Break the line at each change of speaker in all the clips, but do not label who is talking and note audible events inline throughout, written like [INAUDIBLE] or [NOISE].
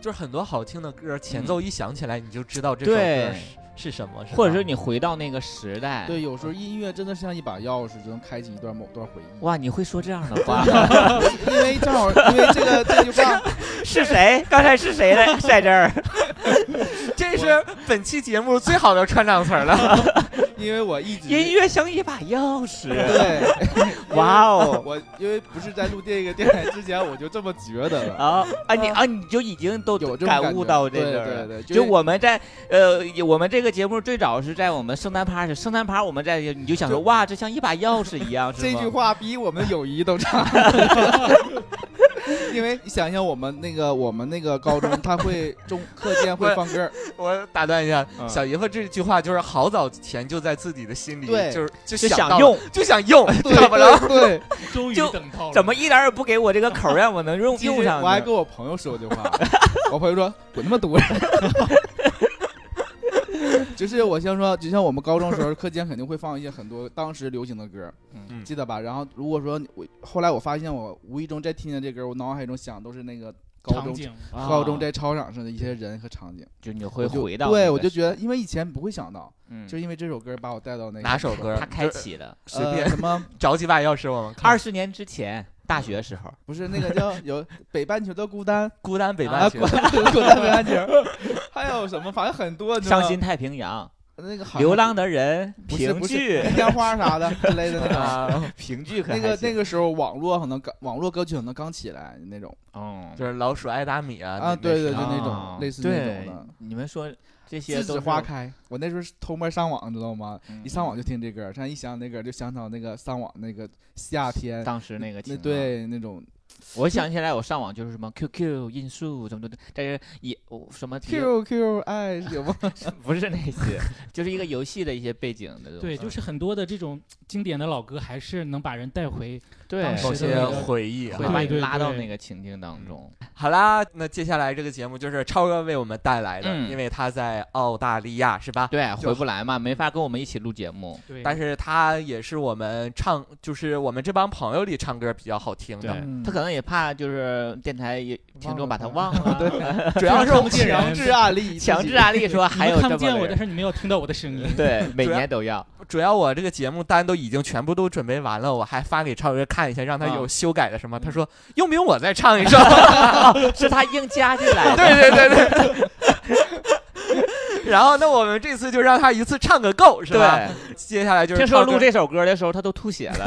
就是很多好听的歌，前奏一响起来，你就知道这首
对
歌是是什么，是
或者
吧
说你回到那个时
哎
代，
对，有时候音乐真的像一把钥匙，就能开启一段某段回忆。
哇，你会说这样的话？
[LAUGHS] 因为正好，因为这个这句话，
是谁？刚才是谁的在这 [LAUGHS] 儿？
这是本期节目最好的串场词儿 [LAUGHS] 了。
因为我一直
音乐像一把钥匙。
对， [LAUGHS]
哇哦！
我因为不是在录这个电台之前，我就这么觉得了。
啊啊你啊你就已经都
嗯有这种
感
感
悟
觉
到这
对
个
对
了
对就
就是我们在呃我们这个节目最早是在我们圣诞趴是圣诞趴我们在你就想说
就
哇这像一把钥匙一样是
这
吗
句话比我们的友谊都长。 [LAUGHS] 因为你想想，我们那个我们那个高中，他会中课间会放歌，
我打断一下，
嗯
小姨夫这句话就是好早前就在自己的心里，
对
就是就
就
想到了
想用
就想 [LAUGHS] 用，
对
怎么了？
对对，
终于
就
等到了，
怎么一点儿也不给我这个口儿让我能用
其实
用上
我还
呢？
跟我朋友说这话，我朋友说滚他
[LAUGHS]
妈犊子。就是我先说，就像我们高中时候，课间肯定会放一些很多当时流行的歌，
嗯
记得吧？然后如果说我后来我发现我无意中在听见这歌，我脑海中想都是那个高
场
中
景？
啊
高中在操场上的一些人和场景，
就你会
我就
回到那
对
个
我就
时
觉得，因为以前不会想到，
嗯
就因为这首歌把我带到那个
哪首歌？
他开
就是
启了
随
呃
便
什么
找几把钥匙，我们看。
二十年之前大学时候
不是那个叫有北半球的孤单
孤单北半
啊，
球
孤，单孤单北半球， [LAUGHS] 还有什么反正很多你知道
伤
吗
心太平洋
那个好像
流浪的人
不是
评
不是
剧
冰箱花啥的之类的那
[LAUGHS]
种。
啊，
评剧可
那个那
个
个时候网络可能刚网络歌曲可能刚起来那种
嗯
就是老鼠爱打米啊。
啊，
那
对对对，
那
啊
是
那种类似那
对
种
你们说这
的。
些
栀
都
子
是
花开，我那时候是偷摸上网，你知道吗？
嗯
一上网就听这歌，现在一想那歌就想到那个上网那个夏天，
当时那个
那
情况啊
对那种
我想起来，我上网就是什么 QQ 音速什么的，但是也我什么
QQ
哎
爱有吗？
[LAUGHS] 不是那些，就是一个游戏的一些背景的东西。
对，就是很多的这种经典的老歌，还是能把人带回
对
当时
某
的那
些
个
回忆啊
会。把
对
你
对
拉到
对
那个情境当中。
好啦，那接下来这个节目就是超哥为我们带来的，
嗯
因为他在澳大利亚是吧？
对，
就
回不来嘛，没法跟我们一起录节目。
对，
但是他也是我们唱，就是我们这帮朋友里唱歌比较好听的，
嗯
他可能也怕就是电台也听众把他忘 [LAUGHS]
啊
了，
主要
[LAUGHS]
是
看不见人
强制案例，
强制安利 [LAUGHS] 说
你
还
们
有
看不
这
见
么
我，
个人。
但是你们有听到我
[LAUGHS]
的声音。
对，每
主要
年都要。
主要我这个节目单都已经全部都准备完了，我还发给超哥看一下，让他有修改的什么。他
嗯
说用不用我再唱一首？ [LAUGHS]
是他硬加进来的。
对对对 [LAUGHS] 对。然后那我们这次就让他一次唱个够，是吧？
对，
接下来就是
听说
超哥
录这首歌的时候，他都吐血 [LAUGHS] 了。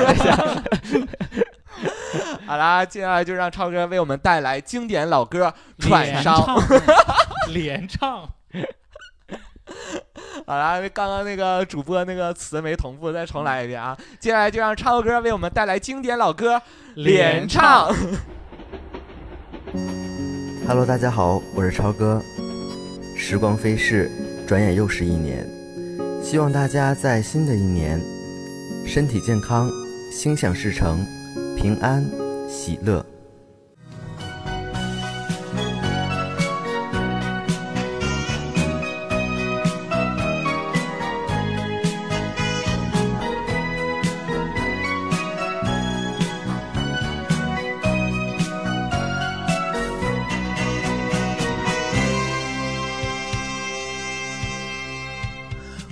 好啦，接下来就让超哥为我们带来经典老歌《
连
喘伤》。
唱，
[LAUGHS]
连唱，
好啦，刚刚那个主播那个词没同步，再重来一遍啊！接下来就让超哥为我们带来经典老歌《
连
连唱》。
Hello，大家好，我是超哥。时光飞逝，转眼又是一年。希望大家在新的一年，身体健康，心想事成，平安喜乐。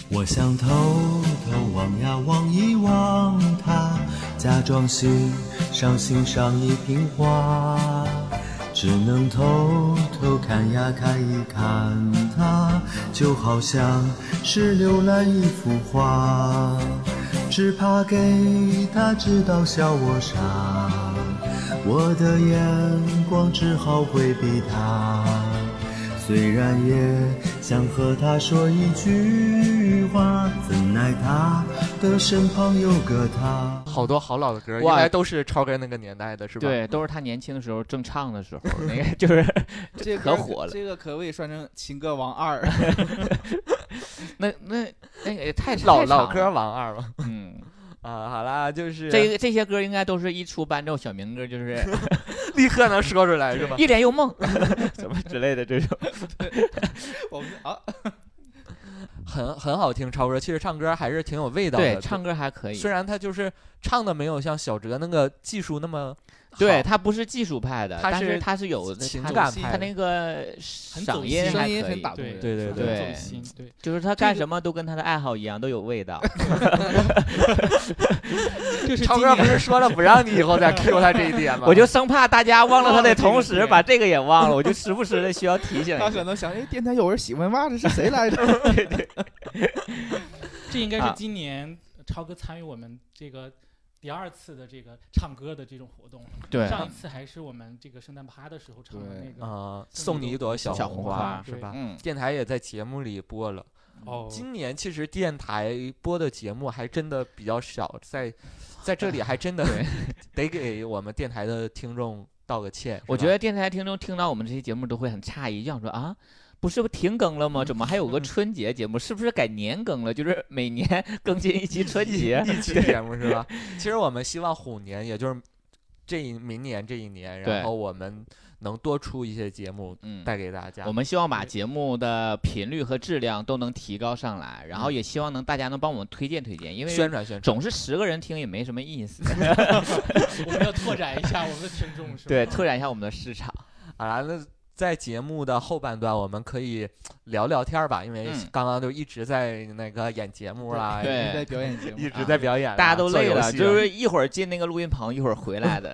我想偷偷望呀望一望他，假装欣赏欣赏一瓶花，只能偷偷看呀看一看他，就好像是浏览一幅画，只怕给他知道笑我傻，我的眼光只好回避他。虽然也想和他说一句话，怎奈他的身旁有个他。
好多好老的歌，应
哇
该都是超哥那个年代的，是吧？，
对，都是他年轻的时候正唱的时候，那 [LAUGHS] 个就是
这
可
歌
火了
这个可谓算成情歌
[LAUGHS]
王二。
那那那个也太
老
太
老
长
歌
了
王二嘛。
嗯，
啊，好啦，就是
这个这些歌应该都是一出伴奏小民歌，就是 [LAUGHS]
立刻能说出来是吧？
一帘幽梦 [LAUGHS] 什么之类的这种。
我们啊，
很很好听，超哥其实唱歌还是挺有味道的。
对，唱歌还可以
虽。然他就是唱的没有像小哲那个技术那么 [LAUGHS]
对他不是技术派的，
他
但
是
是他是有
情
他
感
他
派的，
那个
很
嗓
走
音
心
还
声音
可
很
以
打动
对
人，
对对
很
对
走
对
心，
[LAUGHS]
对，
就是他干什么都跟他的爱好一样，都有味道。
这是
超
今
哥不是
年
说了不让你以后再 Q 他这一点吗？
我就生怕大家忘了他的同
忘了这
时
个
把这个也忘了，我就时不时的需要提醒
他
一
可
下。
能想，哎，电台有人喜欢袜子是谁来着？
这应该是
啊
今年超哥参与我们这个第二次的这个唱歌的这种活动了。
对啊
上一次还是我们这个圣诞趴的时候唱的那个。
啊，送你一朵小
小
红
红
花
花
是吧？
嗯，
电台也在节目里播了。
哦，
今年其实电台播的节目还真的比较少，在在这里还真的得给我们电台的听众道个歉。
我觉
是吧
得电台听众听到我们这期节目都会很诧异，就想说啊，不是停更了吗？怎么还有个
嗯
春节节目？是不是改年更了？就是每年 [LAUGHS] 更新一期
[LAUGHS]
春节。 [LAUGHS]
一期节目是吧？其实我们希望虎年，也就是这一明年这一年，
对
然后我们能多出一些节目
嗯，
带给大家。
我们希望把节目的频率和质量都能提高上来，然后也希望能大家能帮我们推荐推荐，因为
嗯宣传宣传，
总是十个人听也没什么意思。
我们要拓展一下我们的听众是吧？
对，拓展一下我们的市场。
好啦，那在节目的后半段，我们可以聊聊天儿吧，因为
嗯
刚刚就一直在那个演节目啦，
对
在表演
[LAUGHS]
节目，啊
一直在表演啦，
[LAUGHS] 大家都
做
累
游
了，
戏啊
就是一会儿进那个录音棚，一会儿回来 [LAUGHS] 的，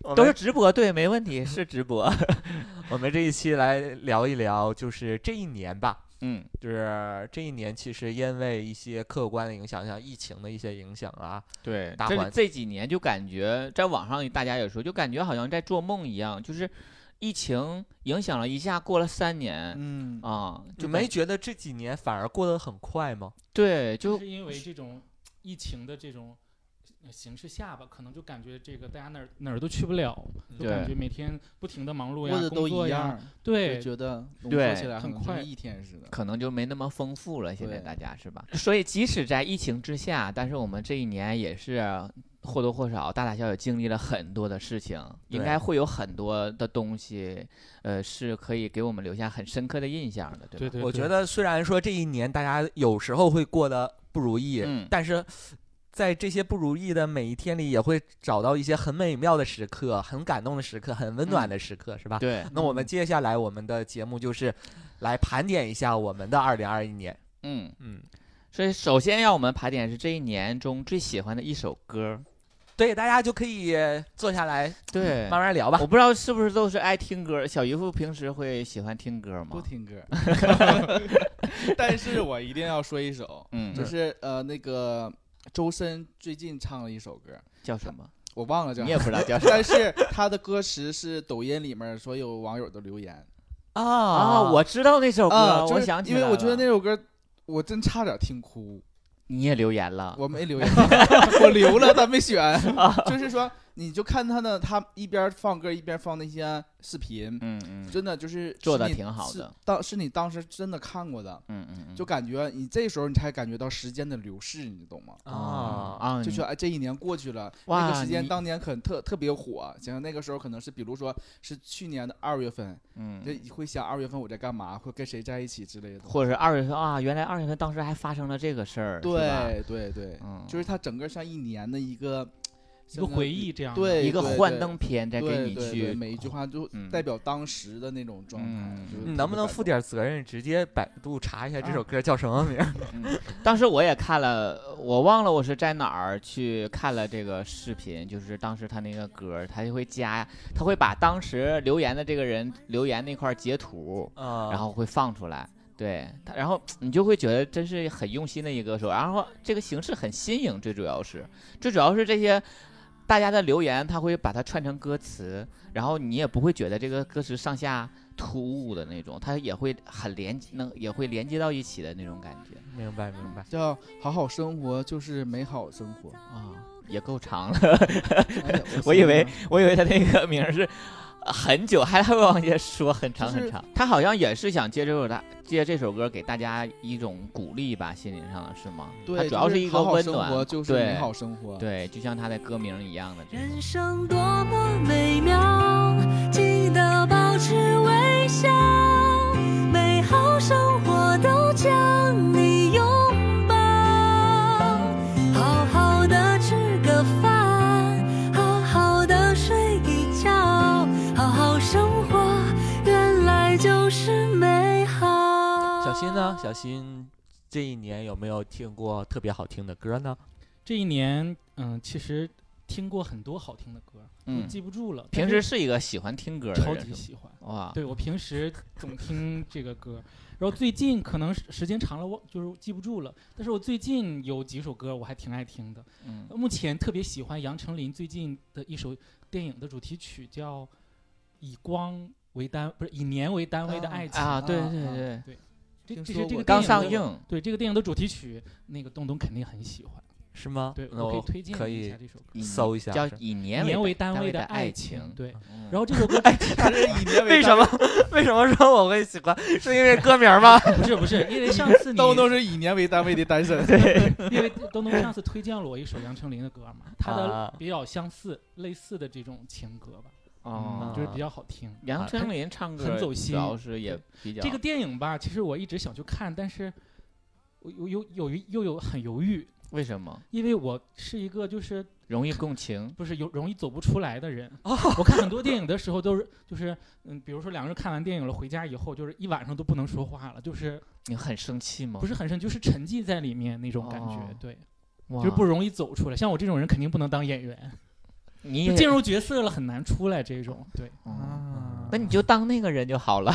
我们
都是直播，对，没问题，是直 [LAUGHS] 播。
我们这一期来聊一聊，就是这一年吧。
嗯，
就是这一年，其实因为一些客观的影响，像疫情的一些影响啊，
对
大
这
环
这几年就感觉在网上大家也说，就感觉好像在做梦一样，就是疫情影响了一下，过了三年
嗯，
啊，
你
就
没
感
觉得这几年反而过得很快吗？
对，就
就是因为这种疫情的这种呃形势下吧，可能就感觉这个大家哪儿哪儿都去不了，就
对
感觉每天不停的忙碌呀
过，得
啊工
都
作
一
呀，
样，
对
就，觉得浓缩
对
起来
很
可能就
快
是一天似的。
可能就没那么丰富了。现在
对
大家是吧？所以即使在疫情之下，但是我们这一年也是或多或少、大大小小经历了很多的事情，应
对
该会有很多的东西，呃，是可以给我们留下很深刻的印象的，对吧？
对对，
我觉
对
得虽然说这一年大家有时候会过得不如意，
嗯
但是在这些不如意的每一天里，也会找到一些很美妙的时刻、很感动的时刻、很温暖的时刻，是吧？
嗯对，
那我们接下来我们的节目就是来盘点一下我们的二零二一年。
嗯。
嗯，
所以，首先让我们盘点是这一年中最喜欢的一首歌。
对，大家就可以坐下来
对
慢慢聊吧
我。不知道是不是都是爱听歌。小姨夫平时会喜欢听歌
不
吗？
听
[LAUGHS]
歌， [LAUGHS] 但是我一定要说一首，
嗯，
就是呃那个周深最近唱了一首歌，
叫什么？
我忘了叫
你也，不知道
[LAUGHS]
叫什么
但是他的歌词是抖音里面所有网友的留言
啊
啊？我知道那首歌，
啊，就
我
是
想起
因
来
为
了。
我觉得那首歌我真差点听哭，
你也留言了。
我没留言， [LAUGHS] 我留了，但
[LAUGHS]
没选，
啊
就是说你就看他的，他一边放歌一边放那些视频，
嗯嗯
真的就是
做
是
得
你
挺好
是
的
当是你当时真的看过的。
嗯嗯嗯，
就感觉你这时候你才感觉到时间的流逝，你懂吗？
啊
啊，
啊，
就
你
说哎，这一年过去了，那
哇
个时间
你
当年很特特别火，想那个时候可能是比如说是去年的二月份，就
嗯，
你会想二月份我在干嘛，会跟谁在一起之类的。
或者是二月份啊，原来二月份当时还发生了这个事儿，是吧，
对对对，
嗯，
就是它整个像一年的一个
一个回，忆这样的，
对
一个
对
幻
对
灯片在
像
给
对
你
对
去
对每一句话就
嗯
代表当时的那种状态
嗯。
就是
你
特
能不
别
能
感
负
动？
点责任，直接百度查一下
啊
这首歌叫什么名？
嗯，当时我也看了，我忘了我是在哪儿去看了这个视频，就是当时他那个歌儿，他就会加，他会把当时留言的这个人留言那块儿截图，
[LAUGHS] 啊
哦
然后会放出来。对，他然后你就会觉得真是很用心的一个歌手，然后这个形式很新颖，最主要是，最主要是这些大家的留言，他会把它串成歌词，然后你也不会觉得这个歌词上下突兀的那种，它也会很连能也会连接到一起的那种感觉。
明白明白。
叫好好生活就是美好生
[LAUGHS]
活。
啊，也够长了。 [LAUGHS]
哎呀
我以
想
为
想
我以为他那个名儿是呃很久，还还会往下说很长
就是
很长。他好像也是想借这首大借这首歌给大家一种鼓励吧，心灵上的是吗？它
对，
主要
就是
一个
好好
温
生
暖
活就是
对
美好生活。
对，就像他的歌名一样的这种。
人生多么美妙，记得保持微笑，美好生活都将你拥抱。好好的吃个饭，
呢？小啊新这一年有没有听过特别好听的歌呢？
这一年，嗯，其实听过很多好听的歌，
嗯
记不住了。但
平
是
时是一个喜欢听歌的
超
人
级
是吗
喜欢，
哇，
对我平时总听这个歌，然后最近可能时时间长了忘，就是记不住了。但是我最近有几首歌我还挺爱听的，
嗯
目前特别喜欢杨丞琳最近的一首电影的主题曲，叫《以光为单》，不是以年为单位的爱情。
啊，对
啊
对
啊
对，
这
听
这
说
是这
过
个
刚
电影
上
的
映，
对这个电影的主题曲，那个东东肯定很喜欢。
是吗？
对，
那
我可以推荐
哦可
你一
以
下这首歌。
以
搜一下
叫
是
以年
年
为
为单
位
位的
爱
情，对。
嗯
然后这首歌
他是以年
[LAUGHS] 为
为
什
单
么？ [LAUGHS] 为什么说我会喜欢？是因为歌名
[LAUGHS]
吗？
不是不是，因为上次你
东东是以年为单位的单身，
因为东东上次推荐了我一首杨丞琳的歌嘛，她的
啊
比较相似、类似的这种情歌吧，
哦
嗯
就是比较好听。
杨丞琳唱歌
啊很走心
主要是也比较
这个电影吧，其实我一直想去看，但是我有有有一又有很犹豫，
为什么
因为我是一个就是
容易共情？
不是有容易走不出来
[LAUGHS]
的人。
哦
我看很多电影的时候都是就是嗯，比如说两个人看完电影了，回家以后就是一晚上都不能说话了，就是
你很生气吗？
不是很深，就是沉浸在里面那种感觉，
哦
对，
哇，
就是不容易走出来。像我这种人肯定不能当演员，
你也
就
哦
进入角色了很难出来这种，对。
啊，那你就当那个人就好了。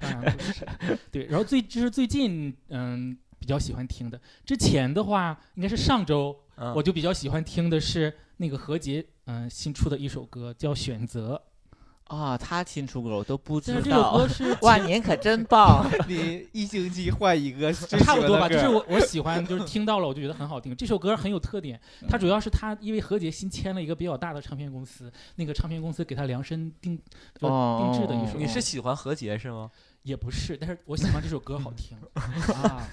当然不
[LAUGHS]
是。对，然后最就是最近嗯比较喜欢听的，之前的话应该是上周
嗯
我就比较喜欢听的是那个何洁嗯新出的一首歌叫《选择
啊，他新出歌我都不》，
但
知
是这首
道 [LAUGHS]
歌。是
哇，您可真
[LAUGHS]
棒！
你一星期换一
[LAUGHS]
个，
差不多吧，就是我我喜欢就是听到了我就觉得很好听，这首歌很有特点，它主要是它因为何洁新签了一个比较大的唱片公司，那个唱片公司给她量身定就
哦
定制的一首歌，
你是喜欢何洁是吗？
也不是，但是我喜欢这首歌好听，
啊，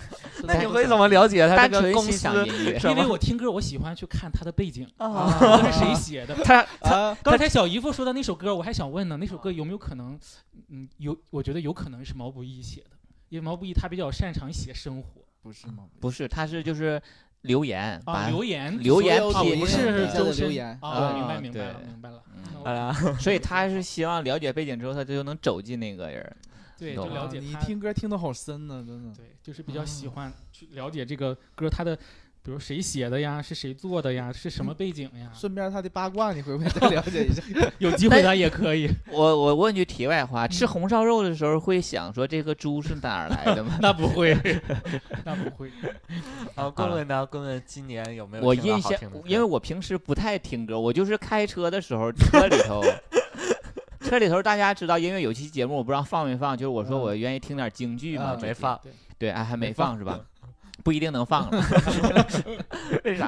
那你
单
会怎么了解他
单
这个
纯
公
欣赏
司
音乐，
因为我听歌我喜欢去看它的背景，
哦
啊？
这歌是谁写的，
他
啊，
刚才小姨夫说的那首歌，我还想问呢，那首歌有没有可能，嗯，有，我觉得有可能是毛不易写的，因为毛不易他比较擅长写生活
不是吗？
嗯不是，他是就是留言
啊，
把
留言
留言
所有
啊，
帖
我
品
不是
底下
周
的
深
留言
啊，
嗯
明白明白了
对
明白了，
嗯
那我
哎呀，
所以他是希望了解背景之后，他就能走进那个人儿。
[LAUGHS] 对，就
懂
了解
啊你
他，
听歌听的好深呢，真的。
对，就是比较喜欢去了解这个歌他的，比如谁写的呀，是谁做的呀，是什么背景呀，
顺便他的八卦，你回不回再了解一下？ [LAUGHS]
有机会咱也可以，？
我我问句题外话，
嗯
吃红烧肉的时候会想说这个猪是哪儿来的吗
[LAUGHS]
那
[LAUGHS]
不会，那不会，
啊，棍棍呢？棍棍今年有没有
我
听到
印
好
象
听的歌，
因为我平时不太听歌，我就是开车的时候，车里头，车里头大家知道，因为有期节目我不知道放没放，就是我说我愿意听点京剧嘛，
嗯啊
就
没放，
对，
对，啊还没
没放
放是吧？不一定能放了，
[LAUGHS] 为
[LAUGHS]
啥？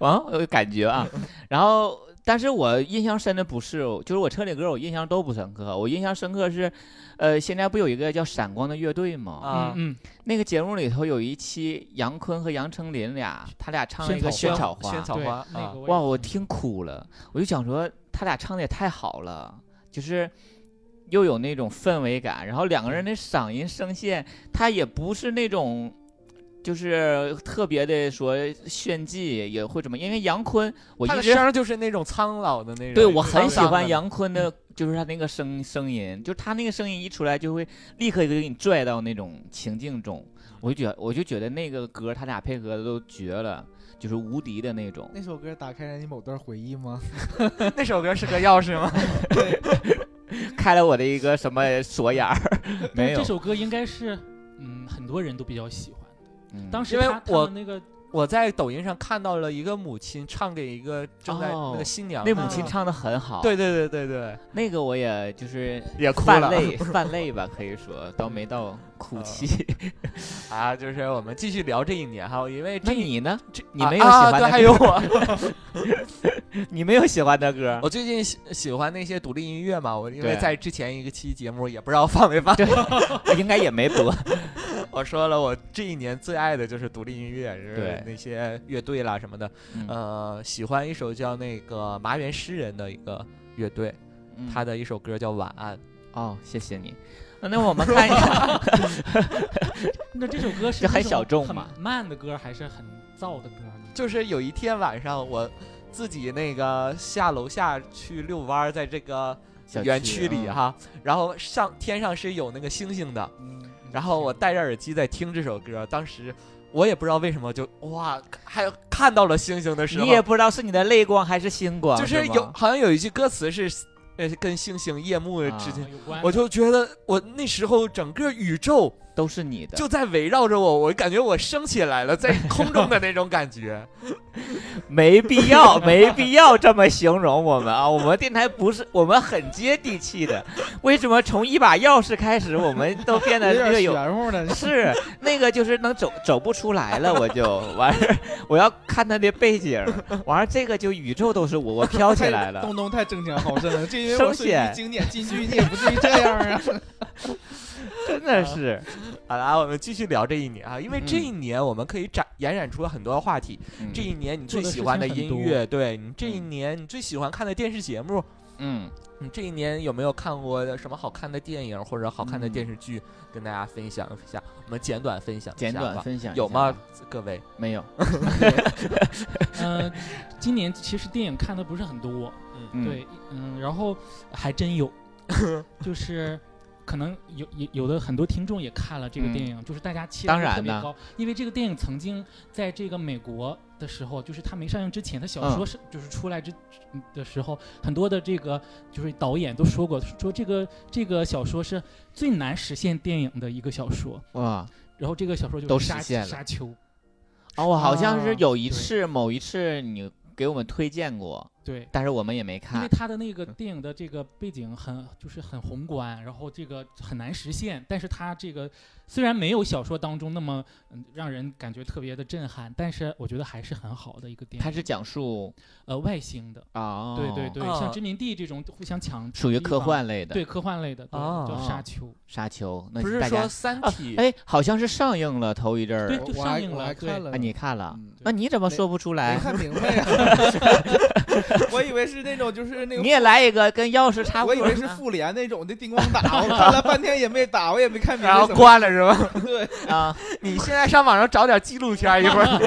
啊，我感觉啊，然后但是我印象深的不是，就是我车里歌我印象都不深刻，我印象深刻是，呃，现在不有一个叫闪光的乐队吗？
啊，
嗯
那个节目里头有一期杨坤和杨丞琳俩，他俩唱了一个《
萱
萱
草
草
花
花》，
萱草
嗯，对，
花
那
啊
个也
哇，我
听
听哭了，我就想说他俩唱的也太好了，就是又有那种氛围感，然后两个人的嗓音声线，他也不是那种。就是特别的说炫技也会怎么，因为杨坤我
他
一
的
直
声儿就是那种苍老的那种，
对我很喜
沧桑
欢
的嗯
杨坤的，就是他那个声声音，就是他那个声音一出来，就会立刻就给你拽到那种情境中。我就觉我就觉得那个歌他俩配合的都绝了，就是无敌的那种。
那首歌打开了你某段回忆吗？
[LAUGHS] 那首歌是个钥匙吗？ [LAUGHS]
开了我的一个什么锁眼儿，没有
这。首歌应该是，嗯，很多人都比较喜欢。
嗯
当时
因为
他他
我
们那个
我在抖音上看到了一个母亲唱给一个正在
哦
那个新娘，
那母亲唱的很好，
对对对对对，
那个我也就是
也啊
泛泪泛泪吧，可以说倒没到哭泣。
啊！就是我们继续聊这一年哈，因为
那
这一
你呢？
这
你
啊
没有喜
啊
欢的
对
歌
还有我，
[LAUGHS] 你没有喜欢的
[LAUGHS]
歌？
我最近喜喜欢那些独立音乐嘛，我因为
对
在之前一个期节目也不知道放没放， [LAUGHS]
应该也没播。
我说了，我这一年最爱的就是独立音乐，就是
对
那些乐队啦什么的，
嗯
呃，喜欢一首叫那个麻原诗人的一个乐队，
嗯
他的一首歌叫《晚安》。
哦，谢谢你。那我们看一下，
那这首歌是
这很
那种
小众
很
嘛
慢的歌还是很燥的歌呢？
就是有一天晚上，我自己那个下楼下去遛弯儿，在这个
小
园区里
嗯
哈，然后上天上是有那个星星的，
嗯，
然后我戴着耳机在听这首歌，当时我也不知道为什么就哇，还看到了星星的时候，
[LAUGHS] 你也不知道是你的泪光还是星光，
就是
吗
有好像有一句歌词是呃跟星星夜幕之间，
有
啊
关
我就觉得我那时候整个宇宙
都是你的。
就在围绕着我，我感觉我升起来了，在空中的那种感觉。
没必要， [LAUGHS] 没必要这么形容我们啊！我们电台不是，我们很接地气的。为什么从一把钥匙开始，我们都变 [LAUGHS] 得
有
越
点
有？
玄乎呢。
是那个，就是能走走不出来了，我就 [LAUGHS] 完事儿。我要看他的背景，完了这个就宇宙都是我，我飘起来了。
东东太争强好胜了，这因为我是
生险
你经典金句，你也不至于这样
[LAUGHS]
啊。
真
[LAUGHS]
的是，
[LAUGHS] 好啦，我们继续聊这一年啊，因为这一年我们可以展延展出很多话题。
嗯
这一年你最喜欢的音
做的事情
乐，对你这一年你最喜欢看的电视节目，
嗯，
你这一年有没有看过什么好看的电影或者好看的
嗯
电视剧？跟大家分享一下，我们简短分享一下
简短
吧
分享一下
有吗？？各位，
没有，
嗯，今年其实电影看的不是很多，
嗯，
对，嗯，然后还真
[LAUGHS]
有，就是可能有有有的很多听众也看了这个
嗯
电影，就是大家期
当
待度特
然
别
呢
高，因为这个电影曾经在这个美国的时候，就是它没上映之前，它小
嗯
说是、就是出来之的时候，很多的这个就是导演都说过，说这个这个小说是最难实现电影的一个小说，
哇。
然后这个小说就是
都
沙
实现了
沙丘，
哦，我好像是
啊
有一
对
次，某一次你给我们推荐过，
对。
但是我们也没
因为
看。
他的那个
嗯
电影的这个背景很就是很宏观，然后这个很难实现，但是他这个虽然没有小说当中那么嗯让人感觉特别的震撼，但是我觉得还是很好的一个电
它
影。
是讲述
呃外星的，
啊，
对对对，
哦
像殖民地这种互相抢，
属于科，幻类的。
对科幻类的，对
哦
叫沙丘，
沙丘，那
不是
大
说
家
《三体》
哎，好像是上映了头一阵
对，
儿
就
我还
上映
我还
了，对
看了
啊，你看了？
[LAUGHS] 嗯
那你怎么说不出
没
来？
看明白呀，
[LAUGHS]
我以为是那种就是那
你
个。
也来一个跟钥匙差不
我以
多
为是
的
复联那种的叮咣
[LAUGHS]
打，我看了半天也没打，我也没看明白。
然后关了是吧？
对，
啊，
[LAUGHS] 你现在上网上找点纪录片，一会儿。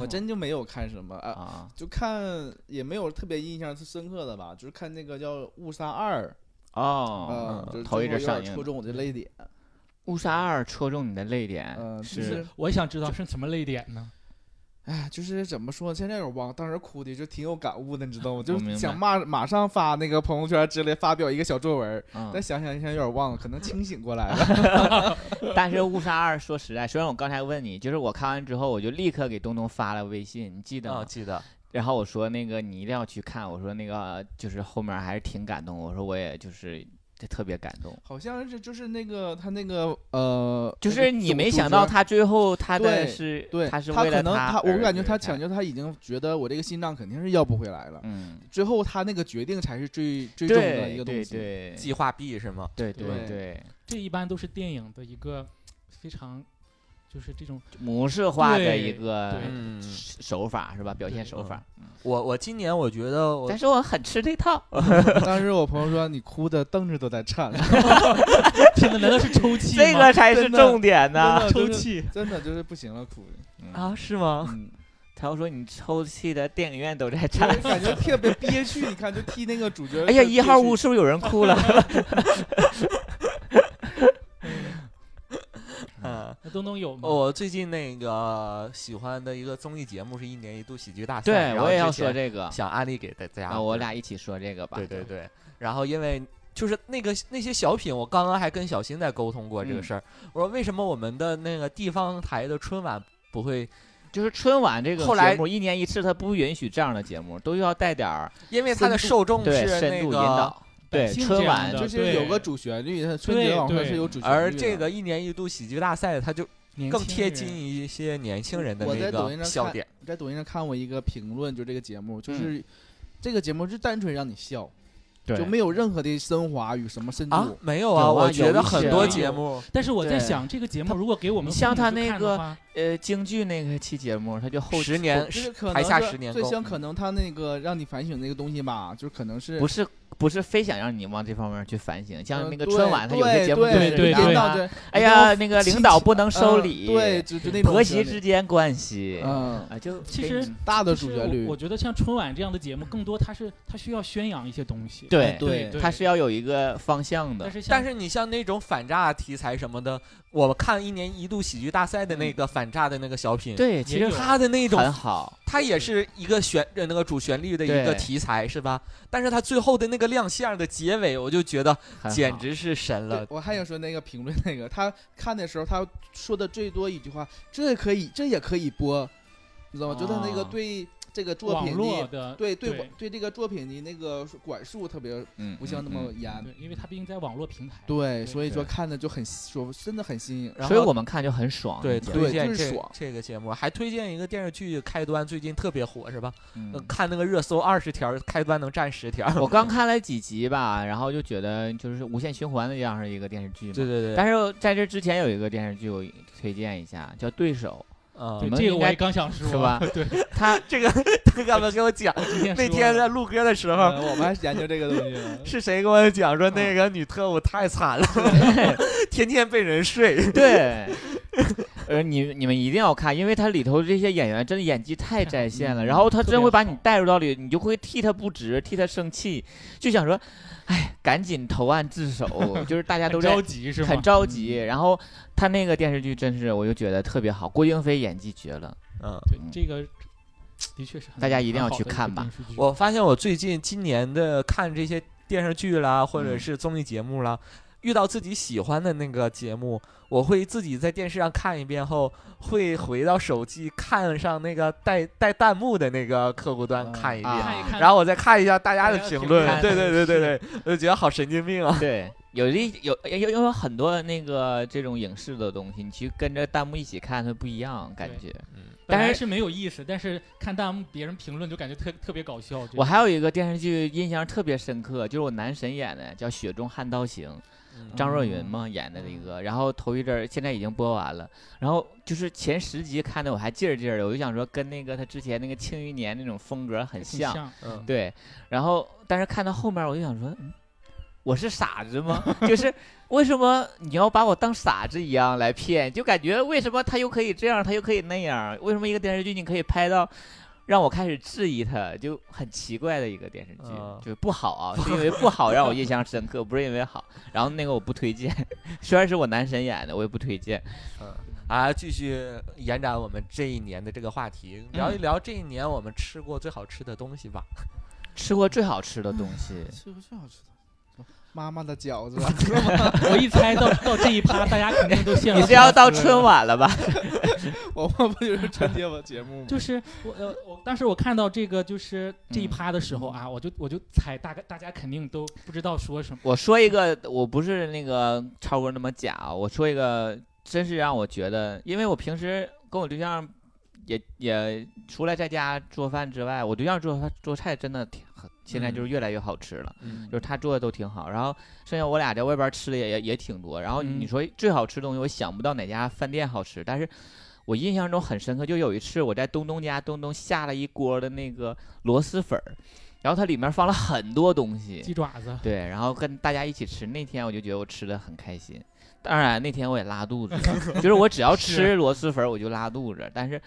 我真就没有看什么啊，
啊
就看也没有特别印象深刻的吧，就是看那个叫《误杀二》
哦，
啊，
嗯
就是
头一阵
最后
上
有点
映
戳中我的泪点，
误杀二戳中你的泪点，
嗯，就是是
我也想知道是什么泪点呢？
哎，就是怎么说？现在有忘，当时哭的就挺有感悟的，你知
[LAUGHS]
道吗？就
我明白
想骂，马上发那个朋友圈之类，发表一个小作文儿。
嗯
但想想一下有点忘了，可能清醒过来了。 [LAUGHS]
但是误杀二说实在，虽然我刚才问你，就是我看完之后，我就立刻给东东发了微信，你记得
啊，
哦
吗？
记得
然后我说那个你一定要去看，我说那个就是后面还是挺感动，我说我也就是就特别感动，
好像是就是那个他那个呃，
就
那
是
个
你
主
没
主
想到
角
他最后他的
对
是
对，
他
他
是为了
可能
他
我
而
感觉
去
他
看
抢救他已经觉得我这个心脏肯定是要不回来了。
嗯，
最后他那个决定才是最最重的一
对
个
对
东西。
对
计划 B 是吗？
对
对
对，
这一般都是电影的一个非常就是这种
模式化的一
对
个
对
嗯，
手法是吧？表现手法，嗯
我我今年我觉得我
但是我很吃这套，
当时我朋友说你哭的凳子都在颤，
[LAUGHS]
天哪，难道是抽泣吗？
这个才是
真的
重点呢。
真的嗯就
抽
是
泣，
真的就是不行了，哭的。
啊，是吗？
嗯，
他又说你抽泣的电影院都在
就
唱
是，感觉特别憋屈。你看，就替那个主角。
哎呀，一号屋是不是有人哭了？
[LAUGHS]
嗯，
那东东有吗？
哦
我最近那个喜欢的一个综艺节目是一年一度喜剧大赛，
对
然后
我也
之
要说
前
这个
想安利给大家。
啊，我俩一起说这个吧。
对对对，然后因为就是那个那些小品，我刚刚还跟小新在沟通过这个
嗯
事儿，我说为什么我们的那个地方台的春晚不会？
就是春晚这个
后来
节目，一年一次，他不允许这样的节目，都要带点儿
因为它的受众
对
是
深
那
度引
个。
导。对，
百姓
春
这样
晚
的
就是有个主旋律，它春节晚会是有主旋律的。
而这个一年一度喜剧大赛，它就
年
更
轻
贴
人
近一些年轻人的
我
那
在抖音
个
上
笑
看
点。
我在抖音上看过一个评论，就这个节目，
嗯
就是、这个节目是单纯让你笑，
对
就没有任何的升华与什么深度。
啊，没有
有啊
我觉
有
得
一
很
些
多
有
节目
但是我在
对
想，这个节
他
目如果给我们
像
父母
他
去
那
看的
个
话
呃，京剧那个期节目，他就后
十年
就是可能
台下
是
十年
最
功
嗯
先可能他那个让你反省那个东西吧，就是可能是
不是不是非想让你往这方面去反省，像
嗯
那个
对
春晚，他有些
对
节目就是
对
对
啊
对
领导对
哎呀，
一
那
定要
个领导不能收
嗯
礼，
对，，就就那种
婆媳
旋律
之间关系
嗯
啊，就
其
给
实
你
大的
就
主
是
旋律
我我觉得像春晚这样的节目，更多它是它需要宣扬一些东西。
对，
对
对
它是要有一个方向的
但。是像
但是你像那种反诈题材什么的，我看一年一度喜剧大赛的那个反诈的那个小品，
嗯对，其
也
实
有
他的那种
很好。
它也是一个旋呃那个主旋律的一个
对
题材是吧？但是它最后的那个亮相的结尾，我就觉得
很
简
好
直是神
对
了，。
我还想说那个评论那个，他看的时候他说的最多一句话，这可以，这也可以播，你知道吗？就他那个
哦
对这个作
网
品
络
的，
的
对对
对
网对这个作品的那个管束特别
嗯，
不像那么
嗯。
严，
对，因为它毕竟在网络平台，
对，
对
所以说
对
看的就很说真的很新颖。
然后
所以我嗯们看就很爽。
对
你讲
推荐
就是
这
爽
这个节目，还推荐一个电视剧《开端》，最近特别火是吧？
嗯
呃看那个热搜二十条，《开端》能占十条。
我刚看了几集吧，然后就觉得就是无限循环的这样的一个电视剧嘛。
对对对，
但是在这之前有一个电视剧我推荐一下，叫《对手
嗯
对
我们
这个
应
我
该
也刚想说，
是吧
[LAUGHS] 对，》，
它
这个 [LAUGHS] 他干嘛跟我讲？
今天
那
说
天
了
在录歌的时
嗯
候，
呃我们还研究这个东西 [LAUGHS] 呢
[LAUGHS]
是谁跟我讲说那个女特务太惨了，天天被人
嗯
睡？
对， [LAUGHS] 呃，你你们一定要看，因为它里头这些演员真的演技太在线了，
[LAUGHS] 嗯
然后他
特
真
别
会把你
好
带入到里，你就会替他不值，替他生气，就想说，哎，赶紧投案自首，
[LAUGHS]
就是大家
很
都在
着急是吗？嗯
很着急。然后他那个电视剧真是，我就觉得特别好，郭京飞演技绝了。
嗯，
对
嗯，
这个的确是很
大家一定
很
要
好
去
的一个
看吧
电视剧
我发现我最近今年的看这些电视剧啦，或者是综艺节目啦，遇到自己喜欢的那个节目，我会自己在电视上看一遍后，会回到手机看上那个带带弹幕的那个客户端
嗯
看一遍，
看一
啊，
看，
然后我再看一下大家的
大家
评
评
论。
论
对对对对对，我就觉得好神经病
[LAUGHS]
啊！
对，有一有有有有很多那个这种影视的东西，你去跟着弹幕一起看，它不一样感
对
觉。
本
但
来
是
是没有意思，但是看弹幕别人评论就感觉特特别搞笑。这
我
个
还有一个电视剧印象特别深刻，就是我男神演的，叫《雪中悍刀行》，张若昀嘛演的那个。然后头一阵儿现在已经播完了，然后就是前十集看的我还劲儿劲儿的，我就想说跟那个他之前那个《庆余年》那种风格很
挺
像，
像
嗯
对。然后但是看到后面我就想说，嗯，我是傻子吗？ [LAUGHS] 就是为什么你要把我当傻子一样来骗？就感觉为什么他又可以这样，他又可以那样？为什么一个电视剧你可以拍到让我开始质疑他，就很奇怪的一个电视剧，
嗯
就是不好啊，是因为不好让我印象深刻，不是因为好。然后那个我不推荐，虽然是我男神演的，我也不推荐。
嗯啊，继续延展我们这一年的这个话题，聊
嗯
一聊这一年我们吃过最好吃的东西吧。
吃过最好吃的东西，
吃过最好吃的什么妈妈的饺子，
我一猜到 [LAUGHS] 到这一趴，大家肯定都陷入。
你是要到春？晚了吧？
[LAUGHS] 我们不就是春节我节目吗？
就是我呃，我当时我看到这个就是这一
嗯
趴的时候啊，我就我就猜大概大家肯定都不知道说什么。
我说一个，我不是那个超哥那么假啊，我说一个，真是让我觉得，因为我平时跟我对象也也除了在家做饭之外，我对象做饭做菜真的挺很，现在就是越来越好吃了，
嗯
就是他做的都挺好，然后剩下我俩在外边吃的也也也挺多，然后
嗯
你说最好吃的东西，我想不到哪家饭店好吃，但是。我印象中很深刻，就有一次我在东东家，东东下了一锅的那个螺蛳粉儿，然后它里面放了很多东西，
鸡爪子，
对，然后跟大家一起吃，那天我就觉得我吃的很开心。当然那天我也拉肚子，就是我只要吃螺蛳粉儿我就拉肚子，但是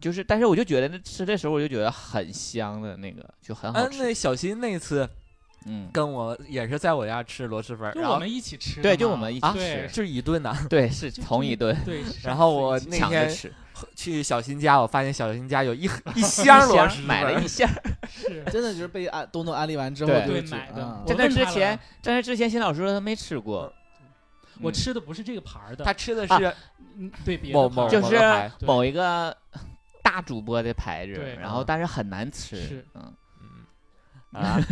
就是但是我就觉得那吃的时候我就觉得很香的那个就很好
嗯，
吃，
那小新那次
嗯，
跟我也是在我家吃螺蛳粉儿，
就
然
我
后
们一起吃的嘛。
对，就我们一起
啊
对
吃，
就一顿呐、
对是
就
同
就
一顿，
对。是
然后我
是
那
抢着
天
吃，
[LAUGHS] 去小新家，我发现小新家有
[LAUGHS]
一一
一
箱螺
箱
蛳
买了一箱儿。
是
[LAUGHS] 真的就是被安东东安利完之后
对嗯
就
对
觉得
买的
啊。
我
在那
问
之
他
前
了，
在那之前，新老师说他没吃过，
我
嗯
吃的不是这个牌儿的，
他吃
啊
的是
嗯对别
某
的牌儿
某
就
某
是
个牌
对
某一个大主播的牌子
对，
然后
嗯
但是很难吃
是，
嗯。
嗯啊。